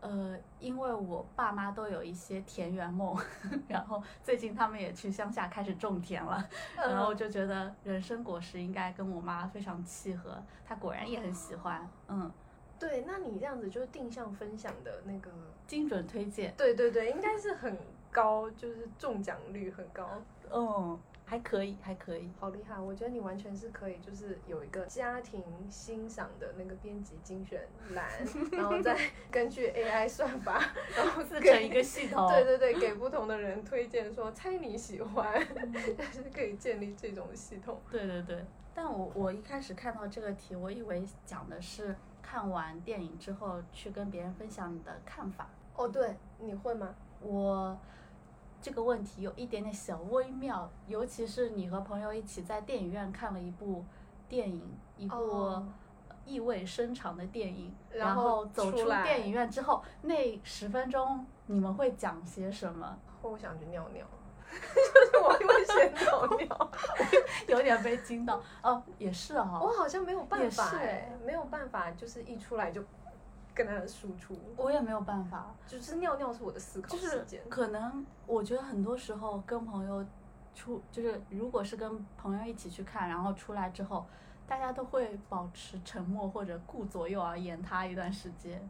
Speaker 1: 呃，因为我爸妈都有一些田园梦， 然后最近他们也去乡下开始种田了，
Speaker 2: 嗯
Speaker 1: 然后我就觉得人参果实应该跟我妈非常契合，她果然也很喜欢，嗯，
Speaker 2: 对，那你这样子就是定向分享的那个，
Speaker 1: 精准推荐，
Speaker 2: 对对对，应该是很高，就是中奖率很高，
Speaker 1: 嗯，还可以，还可以，
Speaker 2: 好厉害！我觉得你完全是可以，就是有一个家庭欣赏的那个编辑精选栏，然后再根据 AI 算法，然后
Speaker 1: 自成
Speaker 2: 给
Speaker 1: 一个 系统，
Speaker 2: 对对对，给不同的人推荐说猜你喜欢， 就是可以建立这种系统。
Speaker 1: 对对对，但我我一开始看到这个题，我以为讲的是看完电影之后去跟别人分享你的看法，
Speaker 2: 哦，对，你会吗？
Speaker 1: 我这个问题有一点点小微妙，尤其是你和朋友一起在电影院看了一部电影，一部
Speaker 2: 哦
Speaker 1: 意味深长的电影，
Speaker 2: 然
Speaker 1: 然
Speaker 2: 后
Speaker 1: 后走
Speaker 2: 出
Speaker 1: 出
Speaker 2: 来
Speaker 1: 电影院之后，那十分钟你们会讲些什么？
Speaker 2: 或我想去尿尿。就是我会先走掉。
Speaker 1: 有点被惊到。哦，也是
Speaker 2: 我
Speaker 1: 哦，
Speaker 2: 好像没有办法
Speaker 1: 也是
Speaker 2: 哎
Speaker 1: 哎，
Speaker 2: 没有办法，就是一出来就跟他输出，
Speaker 1: 我也没有办法。
Speaker 2: 就是尿尿是我的思考
Speaker 1: 就
Speaker 2: 时
Speaker 1: 是
Speaker 2: 间。
Speaker 1: 可能我觉得很多时候跟朋友出，就是如果是跟朋友一起去看，然后出来之后，大家都会保持沉默或者顾左右而言他一段时间。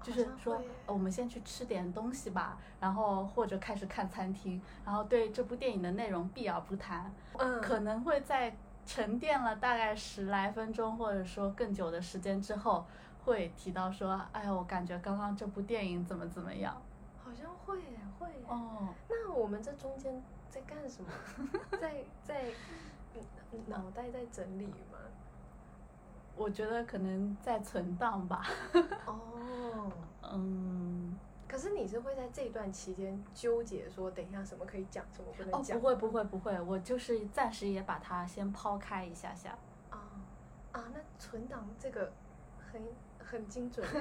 Speaker 1: 就是
Speaker 2: 好像
Speaker 1: 说
Speaker 2: 会耶，
Speaker 1: 呃我们先去吃点东西吧，然后或者开始看餐厅，然后对这部电影的内容避而不谈，
Speaker 2: 嗯，
Speaker 1: 可能会在沉淀了大概十来分钟，或者说更久的时间之后，会提到说，哎呀，我感觉刚刚这部电影怎么怎么样。
Speaker 2: 好像会耶会耶。
Speaker 1: 哦，
Speaker 2: 那我们这中间在干什么？在在嗯脑袋在整理吗？
Speaker 1: 我觉得可能在存档吧。
Speaker 2: 哦，
Speaker 1: 嗯，
Speaker 2: 可是你是会在这一段期间纠结说，等一下什么可以讲，什么不
Speaker 1: 哦，
Speaker 2: 能讲？
Speaker 1: 不会不会不会，我就是暂时也把它先抛开一下下。
Speaker 2: 啊啊，那存档这个很很精 准欸，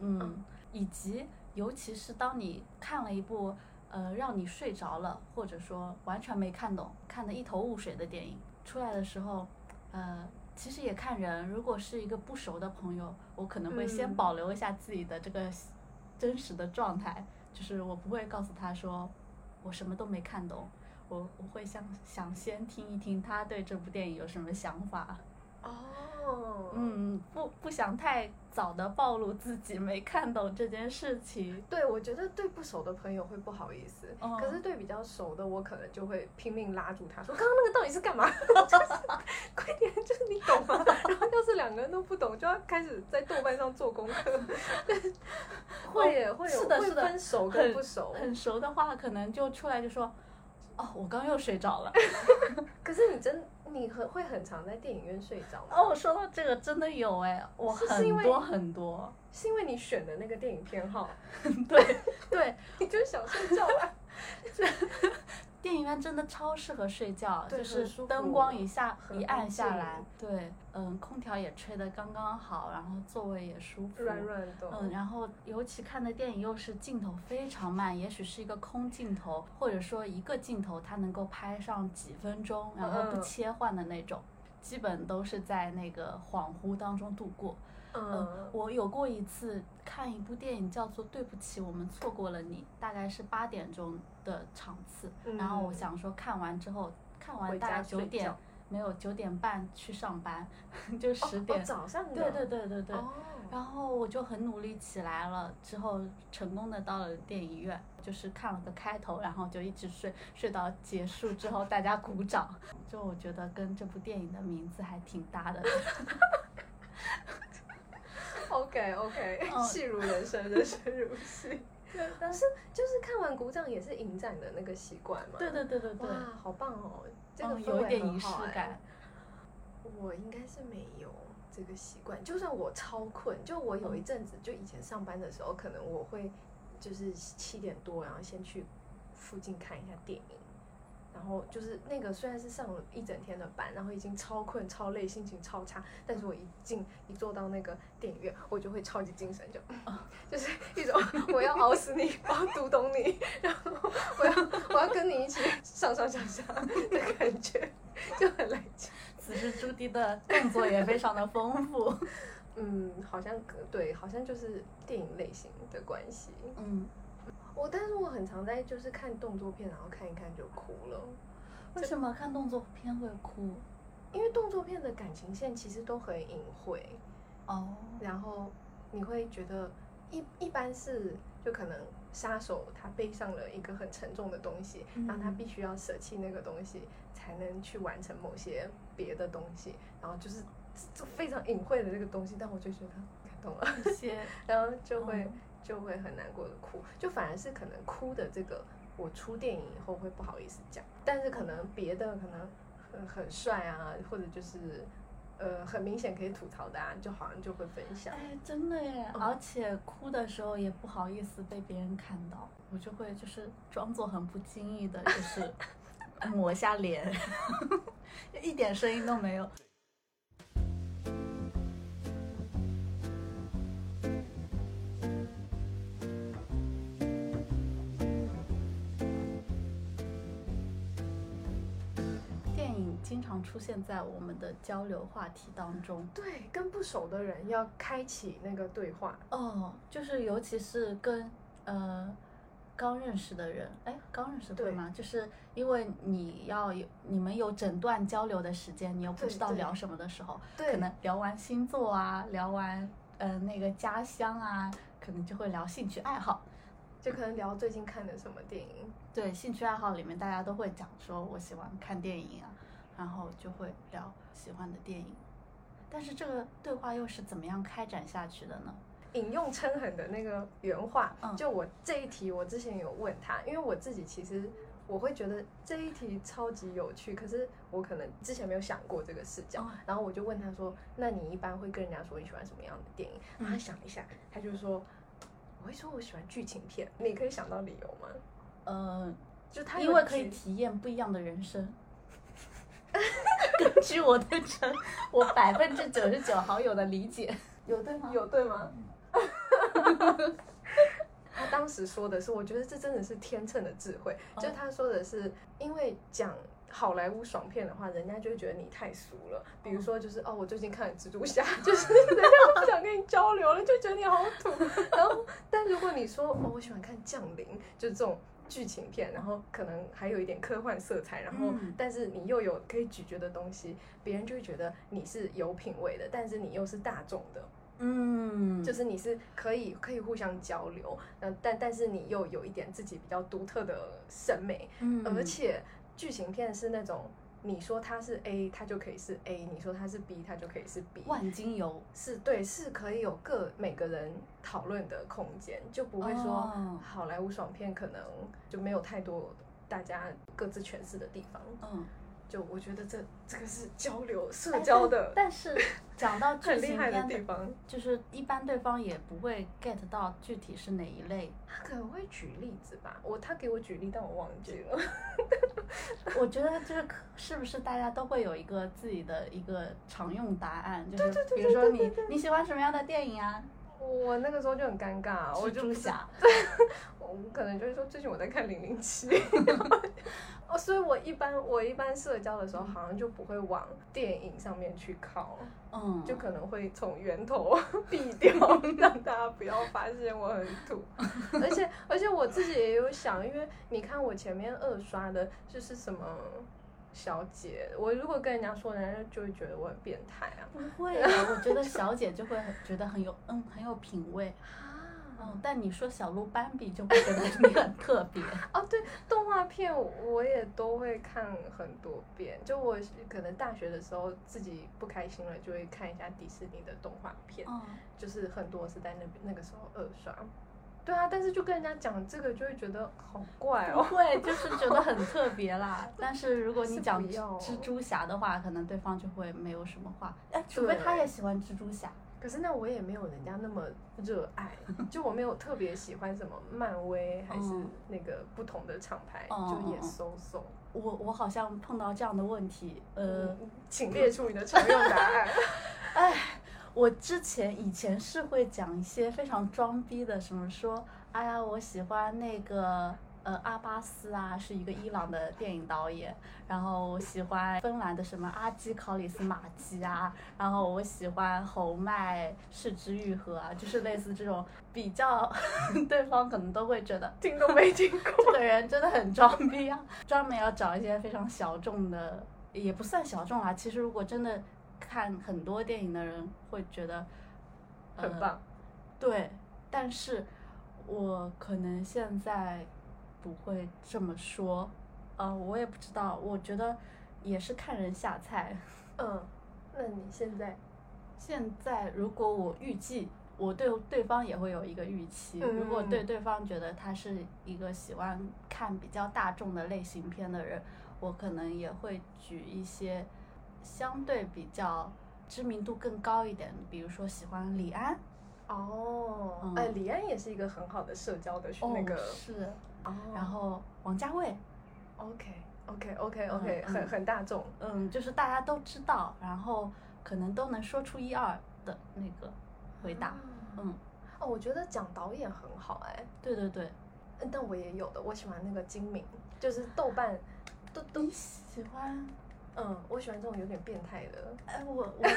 Speaker 1: 嗯，
Speaker 2: 嗯
Speaker 1: 以及尤其是当你看了一部呃让你睡着了，或者说完全没看懂、看得一头雾水的电影出来的时候，呃。其实也看人，如果是一个不熟的朋友，我可能会先
Speaker 2: 嗯
Speaker 1: 保留一下自己的这个真实的状态，就是我不会告诉他说我什么都没看懂，我我会想想先听一听他对这部电影有什么想法。
Speaker 2: 哦，，
Speaker 1: 嗯，不不想太早的暴露自己没看懂这件事情。
Speaker 2: 对，我觉得对不熟的朋友会不好意思，
Speaker 1: 嗯
Speaker 2: 可是对比较熟的，我可能就会拼命拉住他说：“刚刚那个到底是干嘛？” 就是快点，就是你懂吗？然后要是两个人都不懂，就要开始在豆瓣上做功课。 哦会耶，会有
Speaker 1: 是的
Speaker 2: 会
Speaker 1: 是的
Speaker 2: 分熟跟
Speaker 1: 很
Speaker 2: 不熟。
Speaker 1: 很熟的话，可能就出来就说，哦，我刚又睡着了。
Speaker 2: 可是你真你很会很常在电影院睡着吗？
Speaker 1: 哦，我说到这个真的有哎，我
Speaker 2: 是是因
Speaker 1: 很
Speaker 2: 为
Speaker 1: 多很多，
Speaker 2: 是因为你选的那个电影偏好，
Speaker 1: 对对，
Speaker 2: 你就想睡觉啊了。
Speaker 1: 电影院真的超适合睡觉，
Speaker 2: 对
Speaker 1: 就
Speaker 2: 很
Speaker 1: 是
Speaker 2: 舒
Speaker 1: 灯
Speaker 2: 服
Speaker 1: 光一下
Speaker 2: 很
Speaker 1: 一暗下
Speaker 2: 安
Speaker 1: 来，对，嗯，空调也吹得刚刚好，然后座位也舒服，
Speaker 2: 软软的，
Speaker 1: 嗯，然后尤其看的电影又是镜头非常慢，也许是一个空镜头，或者说一个镜头它能够拍上几分钟，然后不
Speaker 2: 嗯
Speaker 1: 切换的那种，基本都是在那个恍惚当中度过。
Speaker 2: 嗯，
Speaker 1: 我有过一次看一部电影叫做《对不起，我们错过了你》，大概是八点钟的场次，然后我
Speaker 2: 嗯
Speaker 1: 想说看完之后，看完
Speaker 2: 回
Speaker 1: 大
Speaker 2: 家
Speaker 1: 概九
Speaker 2: 睡
Speaker 1: 点
Speaker 2: 觉
Speaker 1: 没有九点半去上班， 就
Speaker 2: 哦
Speaker 1: 十
Speaker 2: 哦
Speaker 1: 点。
Speaker 2: 早上的，
Speaker 1: 对对对对对。
Speaker 2: 哦，
Speaker 1: 然后我就很努力起来了，之后成功的到了电影院，就是看了个开头，然后就一直睡睡到结束之后，大家鼓掌。就我觉得跟这部电影的名字还挺搭 的。
Speaker 2: OK OK，
Speaker 1: 嗯
Speaker 2: 戏如人生，人生如 戏。哦但是就是看完鼓掌也是影展的那个习惯嘛。
Speaker 1: 对对对对对，
Speaker 2: 哇，好棒哦！这个
Speaker 1: 嗯
Speaker 2: 氛
Speaker 1: 有一
Speaker 2: 围
Speaker 1: 点
Speaker 2: 很
Speaker 1: 仪式
Speaker 2: 好哎
Speaker 1: 感。
Speaker 2: 我应该是没有这个习惯，就算我超困，就我有一阵子，就以前上班的时候，可能我会就是七点多，然后先去附近看一下电影。然后就是那个，虽然是上了一整天的班，然后已经超困、超累，心情超差，但是我一进一坐到那个电影院，我就会超级精神，就、 就是一种我要熬死你，我要读懂你，然后我要我要跟你一起上上下下的感觉，就很来劲。
Speaker 1: 此时朱迪的动作也非常的丰富。
Speaker 2: 嗯，好像可对，好像就是电影类型的关系。
Speaker 1: 嗯，
Speaker 2: 我但是我很常在就是看动作片，然后看一看就哭了，
Speaker 1: 为什么看动作片会哭？
Speaker 2: 因为动作片的感情线其实都很隐晦，
Speaker 1: 哦，
Speaker 2: 然后你会觉得一一般是就可能杀手他背上了一个很沉重的东西，然后他
Speaker 1: 嗯
Speaker 2: 必须要舍弃那个东西才能去完成某些别的东西，然后就是这非常隐晦的这个东西，但我就觉得感动了。
Speaker 1: 一些
Speaker 2: 然后就会、
Speaker 1: 嗯
Speaker 2: 就会很难过的哭，就反而是可能哭的这个，我出电影以后会不好意思讲，但是可能别的可能很很帅啊，或者就是呃很明显可以吐槽的啊，就好像就会分享。
Speaker 1: 哎，真的耶！
Speaker 2: 嗯
Speaker 1: 而且哭的时候也不好意思被别人看到，我就会就是装作很不经意的，就是抹一下脸，一点声音都没有。经常出现在我们的交流话题当中。
Speaker 2: 对，跟不熟的人要开启那个对话，
Speaker 1: 哦，就是尤其是跟呃刚认识的人，哎，刚认识会
Speaker 2: 对
Speaker 1: 吗？就是因为你要有你们有整段交流的时间，你又不
Speaker 2: 对
Speaker 1: 知道
Speaker 2: 对
Speaker 1: 聊什么的时候，
Speaker 2: 对
Speaker 1: 可能聊完星座啊，聊完呃那个家乡啊，可能就会聊兴趣爱好。
Speaker 2: 就可能聊最近看的什么电影，
Speaker 1: 对，兴趣爱好里面大家都会讲说我喜欢看电影啊，然后就会聊喜欢的电影。但是这个对话又是怎么样开展下去的呢？
Speaker 2: 引用琛衡的那个原话，
Speaker 1: 嗯
Speaker 2: 就我这一题，我之前有问他，因为我自己其实我会觉得这一题超级有趣，可是我可能之前没有想过这个视角，
Speaker 1: 哦
Speaker 2: 然后我就问他说，那你一般会跟人家说你喜欢什么样的电影？
Speaker 1: 嗯
Speaker 2: 然后他想了一下，他就说，我会说我喜欢剧情片，你可以想到理由吗？
Speaker 1: 呃，
Speaker 2: 就他有
Speaker 1: 因为可以
Speaker 2: 举
Speaker 1: 体验不一样的人 生。根据我对成我百分之九十九好友的理解，有对吗？
Speaker 2: 有对吗？ 他当时说的是，我觉得这真的是天秤的智慧。
Speaker 1: 哦
Speaker 2: 就他说的是，因为讲好莱坞爽片的话，人家就会觉得你太俗了。比如说，就是哦，我最近看了《蜘蛛侠》， 就是人家不想跟你交流了，就觉得你好 土。然后，但如果你说哦，我喜欢看《降临》，就这种。剧情片，然后可能还有一点科幻色彩，然后
Speaker 1: 嗯
Speaker 2: 但是你又有可以咀嚼的东西，别人就会觉得你是有品味的，但是你又是大众的，
Speaker 1: 嗯，
Speaker 2: 就是你是可以可以互相交流，嗯，但但是你又有一点自己比较独特的审美，
Speaker 1: 嗯
Speaker 2: 而且剧情片是那种你说它是 A，它就可以是 A；你说它是 B，它就可以是 B。
Speaker 1: 万金油
Speaker 2: 是对，是可以有各每个人讨论的空间，就不会说
Speaker 1: 哦
Speaker 2: 好莱坞爽片可能就没有太多大家各自诠释的地方。
Speaker 1: 嗯，
Speaker 2: 就我觉得这这个是交流社
Speaker 1: 哎
Speaker 2: 交
Speaker 1: 但
Speaker 2: 的
Speaker 1: 但是讲到剧
Speaker 2: 很厉
Speaker 1: 情
Speaker 2: 害的
Speaker 1: 片
Speaker 2: 地，方。
Speaker 1: 就是一般对方也不会 get 到具体是哪一类。
Speaker 2: 他可能会举例子吧，我他给我举例，但我忘记了。
Speaker 1: 我觉得就是可是不是大家都会有一个自己的一个常用答案，就是比如说你你喜欢什么样的电影啊？
Speaker 2: 我那个时候就很尴尬，啊我
Speaker 1: 蜘
Speaker 2: 就
Speaker 1: 蛛侠，
Speaker 2: 我可能就会说最近我在看《零 零七》， 哦，所以我一般我一般社交的时候，好像就不会往电影上面去靠，
Speaker 1: 嗯，
Speaker 2: 就可能会从源头 避掉，让大家不要发现我很土。而且而且我自己也有想，因为你看我前面二刷的就是什么小姐，我如果跟人家说，人家就会觉得我很变态啊。
Speaker 1: 不会啊，我觉得小姐就会很觉得很有嗯很有品味，
Speaker 2: 啊
Speaker 1: 嗯，但你说小鹿斑比就会觉得你很特 别，
Speaker 2: 哦，对，动画片我也都会看很多遍。就我可能大学的时候自己不开心了，就会看一下迪士尼的动画片，
Speaker 1: 嗯，
Speaker 2: 就是很多是在那边那个时候二刷。对啊，但是就跟人家讲这个，就会觉得好怪
Speaker 1: 不
Speaker 2: 哦。
Speaker 1: 会就是觉得很特别 啦。但是如果你
Speaker 2: 是
Speaker 1: 讲
Speaker 2: 不哦
Speaker 1: 蜘
Speaker 2: 要
Speaker 1: 蜘蛛侠的话，可能对方就会没有什么话，哎，除非他也喜欢蜘蛛侠，
Speaker 2: 可是那我也没有人家那么热爱，就我没有特别喜欢什么漫威还是
Speaker 1: 嗯
Speaker 2: 那个不同的厂牌，
Speaker 1: 嗯
Speaker 2: 就也
Speaker 1: 嗯嗯
Speaker 2: so so。
Speaker 1: 我我好像碰到这样的问题，呃。
Speaker 2: 嗯，请列出你的常用答 案。
Speaker 1: 哎，我之前以前是会讲一些非常装逼的，什么说，哎呀，我喜欢那个呃阿巴斯啊，是一个伊朗的电影导演，然后我喜欢芬兰的什么阿基考里斯马基啊，然后我喜欢侯麦是之愈合啊，就是类似这种比较， 对方可能都会觉得
Speaker 2: 听都没听过。
Speaker 1: 这个人真的很装逼啊，专门要找一些非常小众的，也不算小众啊。其实如果真的看很多电影的人会觉得、呃
Speaker 2: 很棒，
Speaker 1: 对。但是我可能现在不会这么说，呃，我也不知道，我觉得也是看人下菜。
Speaker 2: 嗯，那你现在，
Speaker 1: 现在如果我预计，我对对方也会有一个预期。
Speaker 2: 嗯
Speaker 1: 如果对对方觉得他是一个喜欢看比较大众的类型片的人，我可能也会举一些相对比较知名度更高一点，比如说喜欢李安。
Speaker 2: 哦
Speaker 1: 嗯，
Speaker 2: 哎，李安也是一个很好的社交的那个，
Speaker 1: 是，
Speaker 2: 哦
Speaker 1: 然后王家卫，
Speaker 2: OK OK OK OK，
Speaker 1: 嗯
Speaker 2: 很
Speaker 1: 嗯
Speaker 2: 很大众，
Speaker 1: 嗯，就是大家都知道，然后可能都能说出一二的那个回答。嗯，
Speaker 2: 啊哦，我觉得讲导演很好哎，
Speaker 1: 对对对，
Speaker 2: 嗯但我也有的，我喜欢那个金敏，就是豆瓣，
Speaker 1: 都都喜欢
Speaker 2: 嗯，我喜欢这种有点变态 的。
Speaker 1: 哎，我我，
Speaker 2: 对不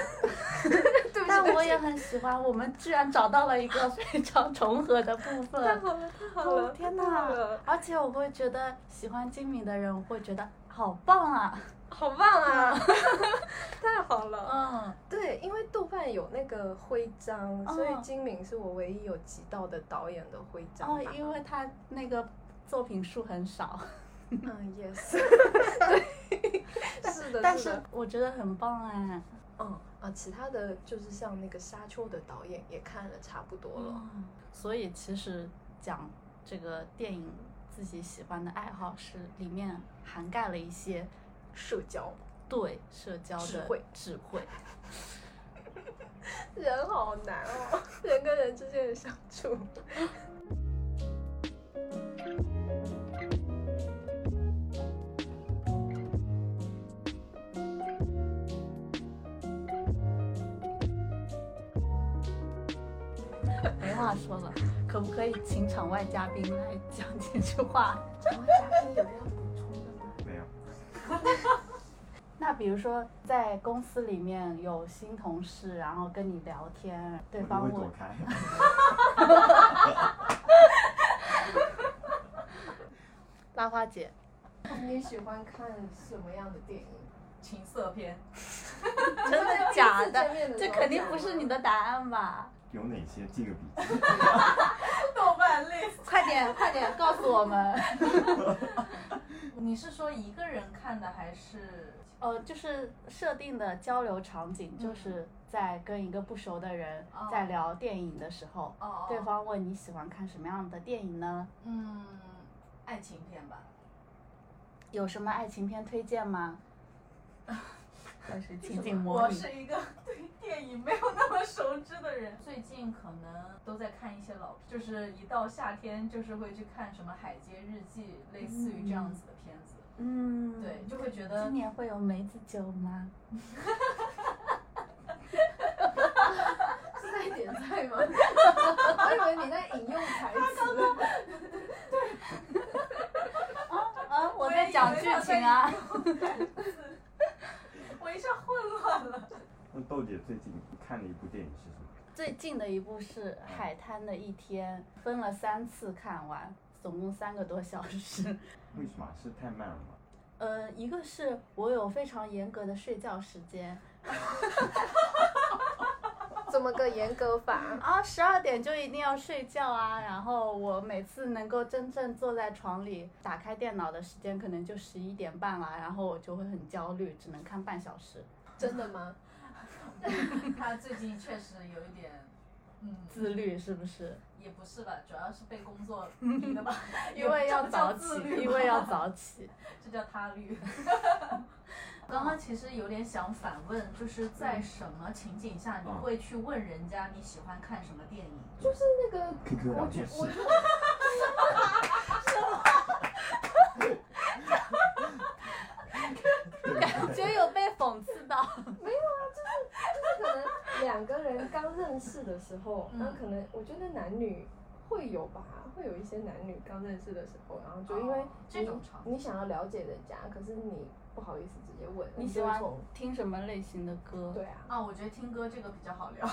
Speaker 2: 起，
Speaker 1: 但
Speaker 2: 对不
Speaker 1: 我
Speaker 2: 起
Speaker 1: 也很喜欢。我们居然找到了一个非常重合的部
Speaker 2: 太
Speaker 1: 分。
Speaker 2: 好了，太好
Speaker 1: 哦
Speaker 2: 了，
Speaker 1: 天
Speaker 2: 太好
Speaker 1: 哪
Speaker 2: 了！
Speaker 1: 而且我会觉得喜欢精明的人，我会觉得好棒啊。
Speaker 2: 好棒啊， 太好了。
Speaker 1: 嗯，
Speaker 2: 对，因为豆瓣有那个徽章，
Speaker 1: 哦
Speaker 2: 所以金敏是我唯一有集到的导演的徽章
Speaker 1: 哦
Speaker 2: 吧。，
Speaker 1: 因为他那个作品数很少，
Speaker 2: 嗯，yes，对，是的，
Speaker 1: 但
Speaker 2: 是
Speaker 1: 是
Speaker 2: 的
Speaker 1: 我觉得很棒哎。
Speaker 2: 嗯啊，其他的就是像那个沙丘的导演也看了差不多了。
Speaker 1: 所以其实讲这个电影自己喜欢的爱好是里面涵盖了一些
Speaker 2: 社交
Speaker 1: 对社交的
Speaker 2: 智慧
Speaker 1: 智慧。
Speaker 2: 人好难哦，人跟人之间的相处。
Speaker 1: 没话说了，可不可以请场外嘉宾来讲几句话？
Speaker 3: 然后嘉宾有要补充的吗？
Speaker 5: 没有，
Speaker 1: 那比如说在公司里面有新同事，然后跟你聊天，对
Speaker 5: 我都
Speaker 1: 方
Speaker 5: 会
Speaker 1: 问
Speaker 5: 躲开。
Speaker 1: 拉花姐，
Speaker 3: 你喜欢看什么样的电影？
Speaker 4: 情色片，
Speaker 1: 真的假
Speaker 3: 第一次
Speaker 1: 的
Speaker 3: 见？面的时
Speaker 1: 这
Speaker 3: 候
Speaker 1: 肯定不是你的答案吧？
Speaker 5: 有哪些记个笔记？
Speaker 4: 豆瓣 list。
Speaker 1: 快点快点告诉我们。
Speaker 4: 你是说一个人看的还是？
Speaker 1: 呃，就是设定的交流场景，就
Speaker 4: 嗯
Speaker 1: 是在跟一个不熟的人
Speaker 4: 哦
Speaker 1: 在聊电影的时候，
Speaker 4: 哦，
Speaker 1: 对方问你喜欢看什么样的电影呢？
Speaker 4: 嗯，爱情片吧。
Speaker 1: 有什么爱情片推荐 吗？但是情景模
Speaker 4: 我
Speaker 1: 拟，
Speaker 4: 是一个对电影没有那么熟知的人，最近可能都在看一些老片，就是一到夏天就是会去看什么《海街日记》，类似于这样子的片子。
Speaker 1: 嗯，
Speaker 4: 对，就会觉得
Speaker 1: 今年会有梅子酒吗？
Speaker 3: 是在点菜 吗？我以为你在引用台词。
Speaker 1: 啊啊，我
Speaker 4: 我
Speaker 1: 在
Speaker 4: 也
Speaker 1: 讲
Speaker 4: 以为
Speaker 1: 剧
Speaker 4: 他在
Speaker 1: 情啊。
Speaker 4: 我一下混乱了。
Speaker 5: 那豆姐最近看了一部电影是什么？
Speaker 1: 最近的一部是《海滩的一天》，分了三次看完，总共三个多小时。
Speaker 4: 嗯
Speaker 5: 为什么是太慢了吗？
Speaker 1: 呃，一个是我有非常严格的睡觉时间，
Speaker 2: 怎么个严格法？
Speaker 1: 啊，十二点就一定要睡觉啊。然后我每次能够真正坐在床里打开电脑的时间，可能就十一点半了，然后我就会很焦虑，只能看半小时，
Speaker 2: 真的吗？
Speaker 4: 他最近确实有一点，嗯，
Speaker 1: 自律是不 是？，
Speaker 4: 也不是吧，主要是被工作逼的吧
Speaker 1: 因为 要
Speaker 4: 也不叫
Speaker 1: 早
Speaker 4: 自
Speaker 1: 起，
Speaker 4: 律吧
Speaker 1: 因为要早 起。
Speaker 4: 这叫他 律。刚刚其实有点想反问，就是
Speaker 1: 嗯
Speaker 4: 在什么情景下你
Speaker 5: 嗯
Speaker 4: 会去问人家你喜欢看什么电影？
Speaker 3: 就是那个
Speaker 5: QQ 聊天室
Speaker 3: 我觉得
Speaker 1: 感觉有被讽刺到。
Speaker 3: 可能两个人刚认识的时候，
Speaker 4: 嗯
Speaker 3: 那可能我觉得男女会有吧，会有一些男女刚认识的时候，然后就因为
Speaker 4: 哦这
Speaker 3: 你
Speaker 4: 种场景
Speaker 3: 你想要了解人家，可是你不好意思直接问，
Speaker 1: 你
Speaker 3: 就
Speaker 1: 喜
Speaker 3: 会
Speaker 1: 欢
Speaker 3: 从
Speaker 1: 听什么类型的歌？
Speaker 3: 对啊，
Speaker 4: 啊，我觉得听歌这个比较好聊。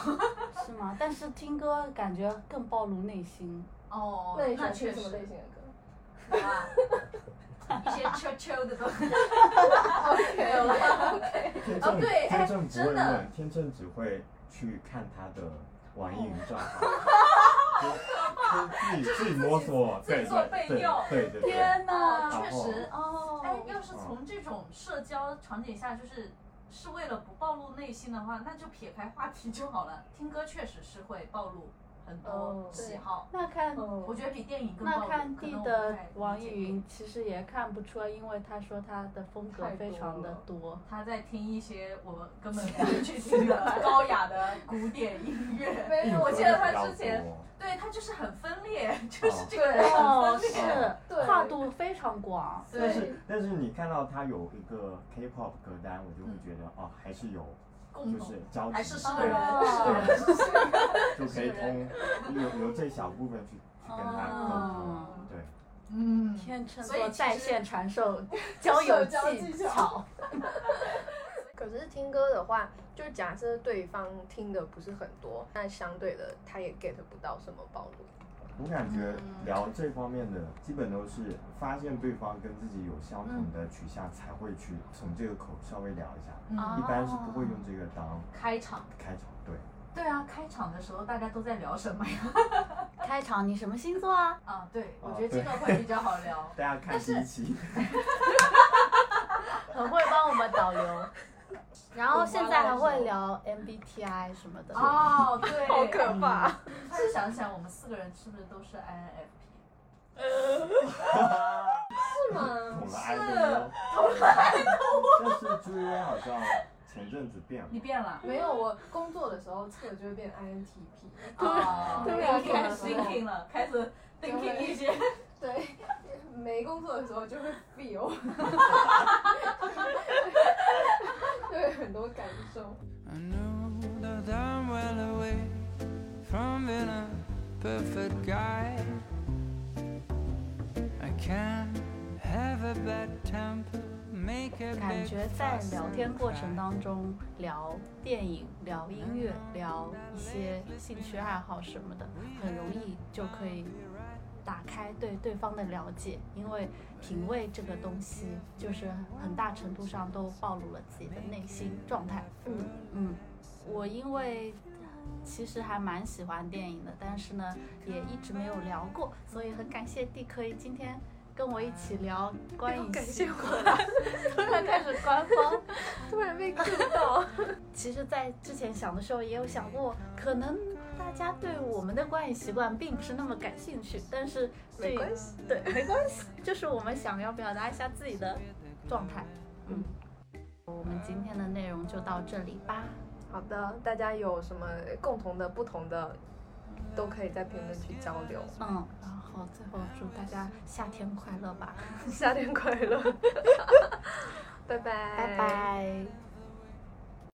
Speaker 1: 是吗？但是听歌感觉更暴露内心。
Speaker 4: 哦，
Speaker 3: 那你喜
Speaker 4: 那
Speaker 3: 欢听
Speaker 4: 确
Speaker 3: 什么类
Speaker 4: 实
Speaker 3: 型的歌？
Speaker 4: 对吧？一些秋秋的东西。
Speaker 3: 没有啦 ，OK，
Speaker 5: 天正、
Speaker 4: 哦对哎
Speaker 5: 天正不会
Speaker 4: 真的
Speaker 5: 问，天正只会去看他的网易云账 号。就就自己自己摸索，
Speaker 4: 自己
Speaker 5: 对
Speaker 4: 做备
Speaker 5: 对对
Speaker 4: 料
Speaker 5: 对对对，
Speaker 1: 天哪！
Speaker 4: 确实，
Speaker 1: 哦，
Speaker 4: 哎，要是从这种社交场景下，就是是为了不暴露内心的话，那就撇开话题就好了。听歌确实是会暴露很
Speaker 3: 哦
Speaker 4: 多喜好，
Speaker 1: 那看
Speaker 4: 我
Speaker 3: 嗯，
Speaker 4: 觉得比电影哦更暴
Speaker 1: 那
Speaker 4: 露。
Speaker 1: 看
Speaker 4: 可
Speaker 1: 地
Speaker 4: 能我不
Speaker 1: 的
Speaker 4: 太
Speaker 1: 网易
Speaker 4: 理解
Speaker 1: 云其实也看不出来，因为他说他的风格
Speaker 3: 太
Speaker 1: 非
Speaker 3: 多
Speaker 1: 常的
Speaker 3: 了
Speaker 1: 多。
Speaker 4: 他在听一些我们根本不会去听的高雅的古典音乐。
Speaker 3: 没有，我
Speaker 4: 我
Speaker 3: 觉
Speaker 4: 记
Speaker 3: 得
Speaker 4: 得他之 前
Speaker 5: 硬核比较多
Speaker 4: 对他就是很分 裂，就是这个人
Speaker 1: 哦
Speaker 4: 很，分裂。
Speaker 1: 是
Speaker 3: 对
Speaker 1: 跨度非常广。
Speaker 5: 但
Speaker 4: 对，
Speaker 5: 是但是你看到他有一个 K-pop 歌单，我就会觉得哦，还是有
Speaker 4: 共
Speaker 5: 就
Speaker 4: 同
Speaker 5: 是交集，
Speaker 4: 嗯还是是个人，是个
Speaker 1: 哦
Speaker 4: 人。
Speaker 5: 就可以通由由这小部分去去跟他沟
Speaker 1: 哦
Speaker 5: 通，对，
Speaker 4: 嗯，
Speaker 1: 天秤
Speaker 4: 所以
Speaker 1: 座
Speaker 4: 其实
Speaker 1: 在线传授交友
Speaker 3: 社交
Speaker 1: 技
Speaker 3: 技巧
Speaker 1: 巧，
Speaker 2: 可是听歌的话，就假设对方听的不是很多，那相对的他也 get 不到什么暴露。
Speaker 5: 我感觉聊这方面的，基本都是发现对方跟自己有相同的取向，才会去从这个口稍微聊一下。
Speaker 4: 嗯
Speaker 1: 啊
Speaker 4: 哦
Speaker 5: 一般是不会用这个当
Speaker 4: 开场，
Speaker 5: 开场，对，
Speaker 4: 对啊，开场的时候大家都在聊什么呀？
Speaker 1: 开场你什么星座啊？
Speaker 4: 啊，对，我
Speaker 5: 啊
Speaker 4: 觉得
Speaker 5: 对。
Speaker 4: 这个会比较好 聊
Speaker 5: 大家看第一期。
Speaker 1: 很会帮我们导流。 然后现在还会聊 MBTI 什么的。
Speaker 4: 哦，对，
Speaker 2: 好可怕！
Speaker 4: 突然想起来，我们四个人是不是都是 INFP？
Speaker 3: 是
Speaker 2: 哦 嗯
Speaker 3: 吗？
Speaker 5: 我们爱的但是朱薇好像前阵子变了
Speaker 4: 你，变了，
Speaker 3: 没有，我工作的时候测就会变 INTP。
Speaker 4: 哦
Speaker 3: 突然
Speaker 4: 开
Speaker 3: 开
Speaker 4: 始
Speaker 3: 始
Speaker 4: thinking 了，开始 thinking 一些
Speaker 3: 对，没工作的时候就会 feel，就会很多感受。
Speaker 6: I know that I'm well away from being a perfect guy. I can have a bad temper, make a
Speaker 1: 感
Speaker 6: big
Speaker 1: 觉在
Speaker 6: fuss
Speaker 1: 聊
Speaker 6: and
Speaker 1: 天过程
Speaker 6: cry.
Speaker 1: 当中，聊电影、聊音乐、聊一些兴趣爱好什么的，很容易就可以打开对对方的了解，因为品味这个东西，就是很大程度上都暴露了自己的内心状态。
Speaker 2: 嗯
Speaker 1: 嗯，我因为其实还蛮喜欢电影的，但是呢，也一直没有聊过，所以很感谢地可以今天跟我一起聊关于
Speaker 2: 感谢
Speaker 1: 我，突然开始官方。
Speaker 2: 突然被 Q 到，
Speaker 1: 其实，在之前想的时候，也有想过，可能大家对我们的观影习惯并不是那么感兴趣，但是对
Speaker 2: 没关系，
Speaker 1: 对没关系，就是我们想要表达一下自己的状态。嗯，我们今天的内容就到这里吧。
Speaker 2: 好的，大家有什么共同的、不同的，都可以在评论区交 流。
Speaker 1: 嗯，然后最后祝大家夏天快乐吧，
Speaker 2: 夏天快乐，拜拜，
Speaker 1: 拜。拜。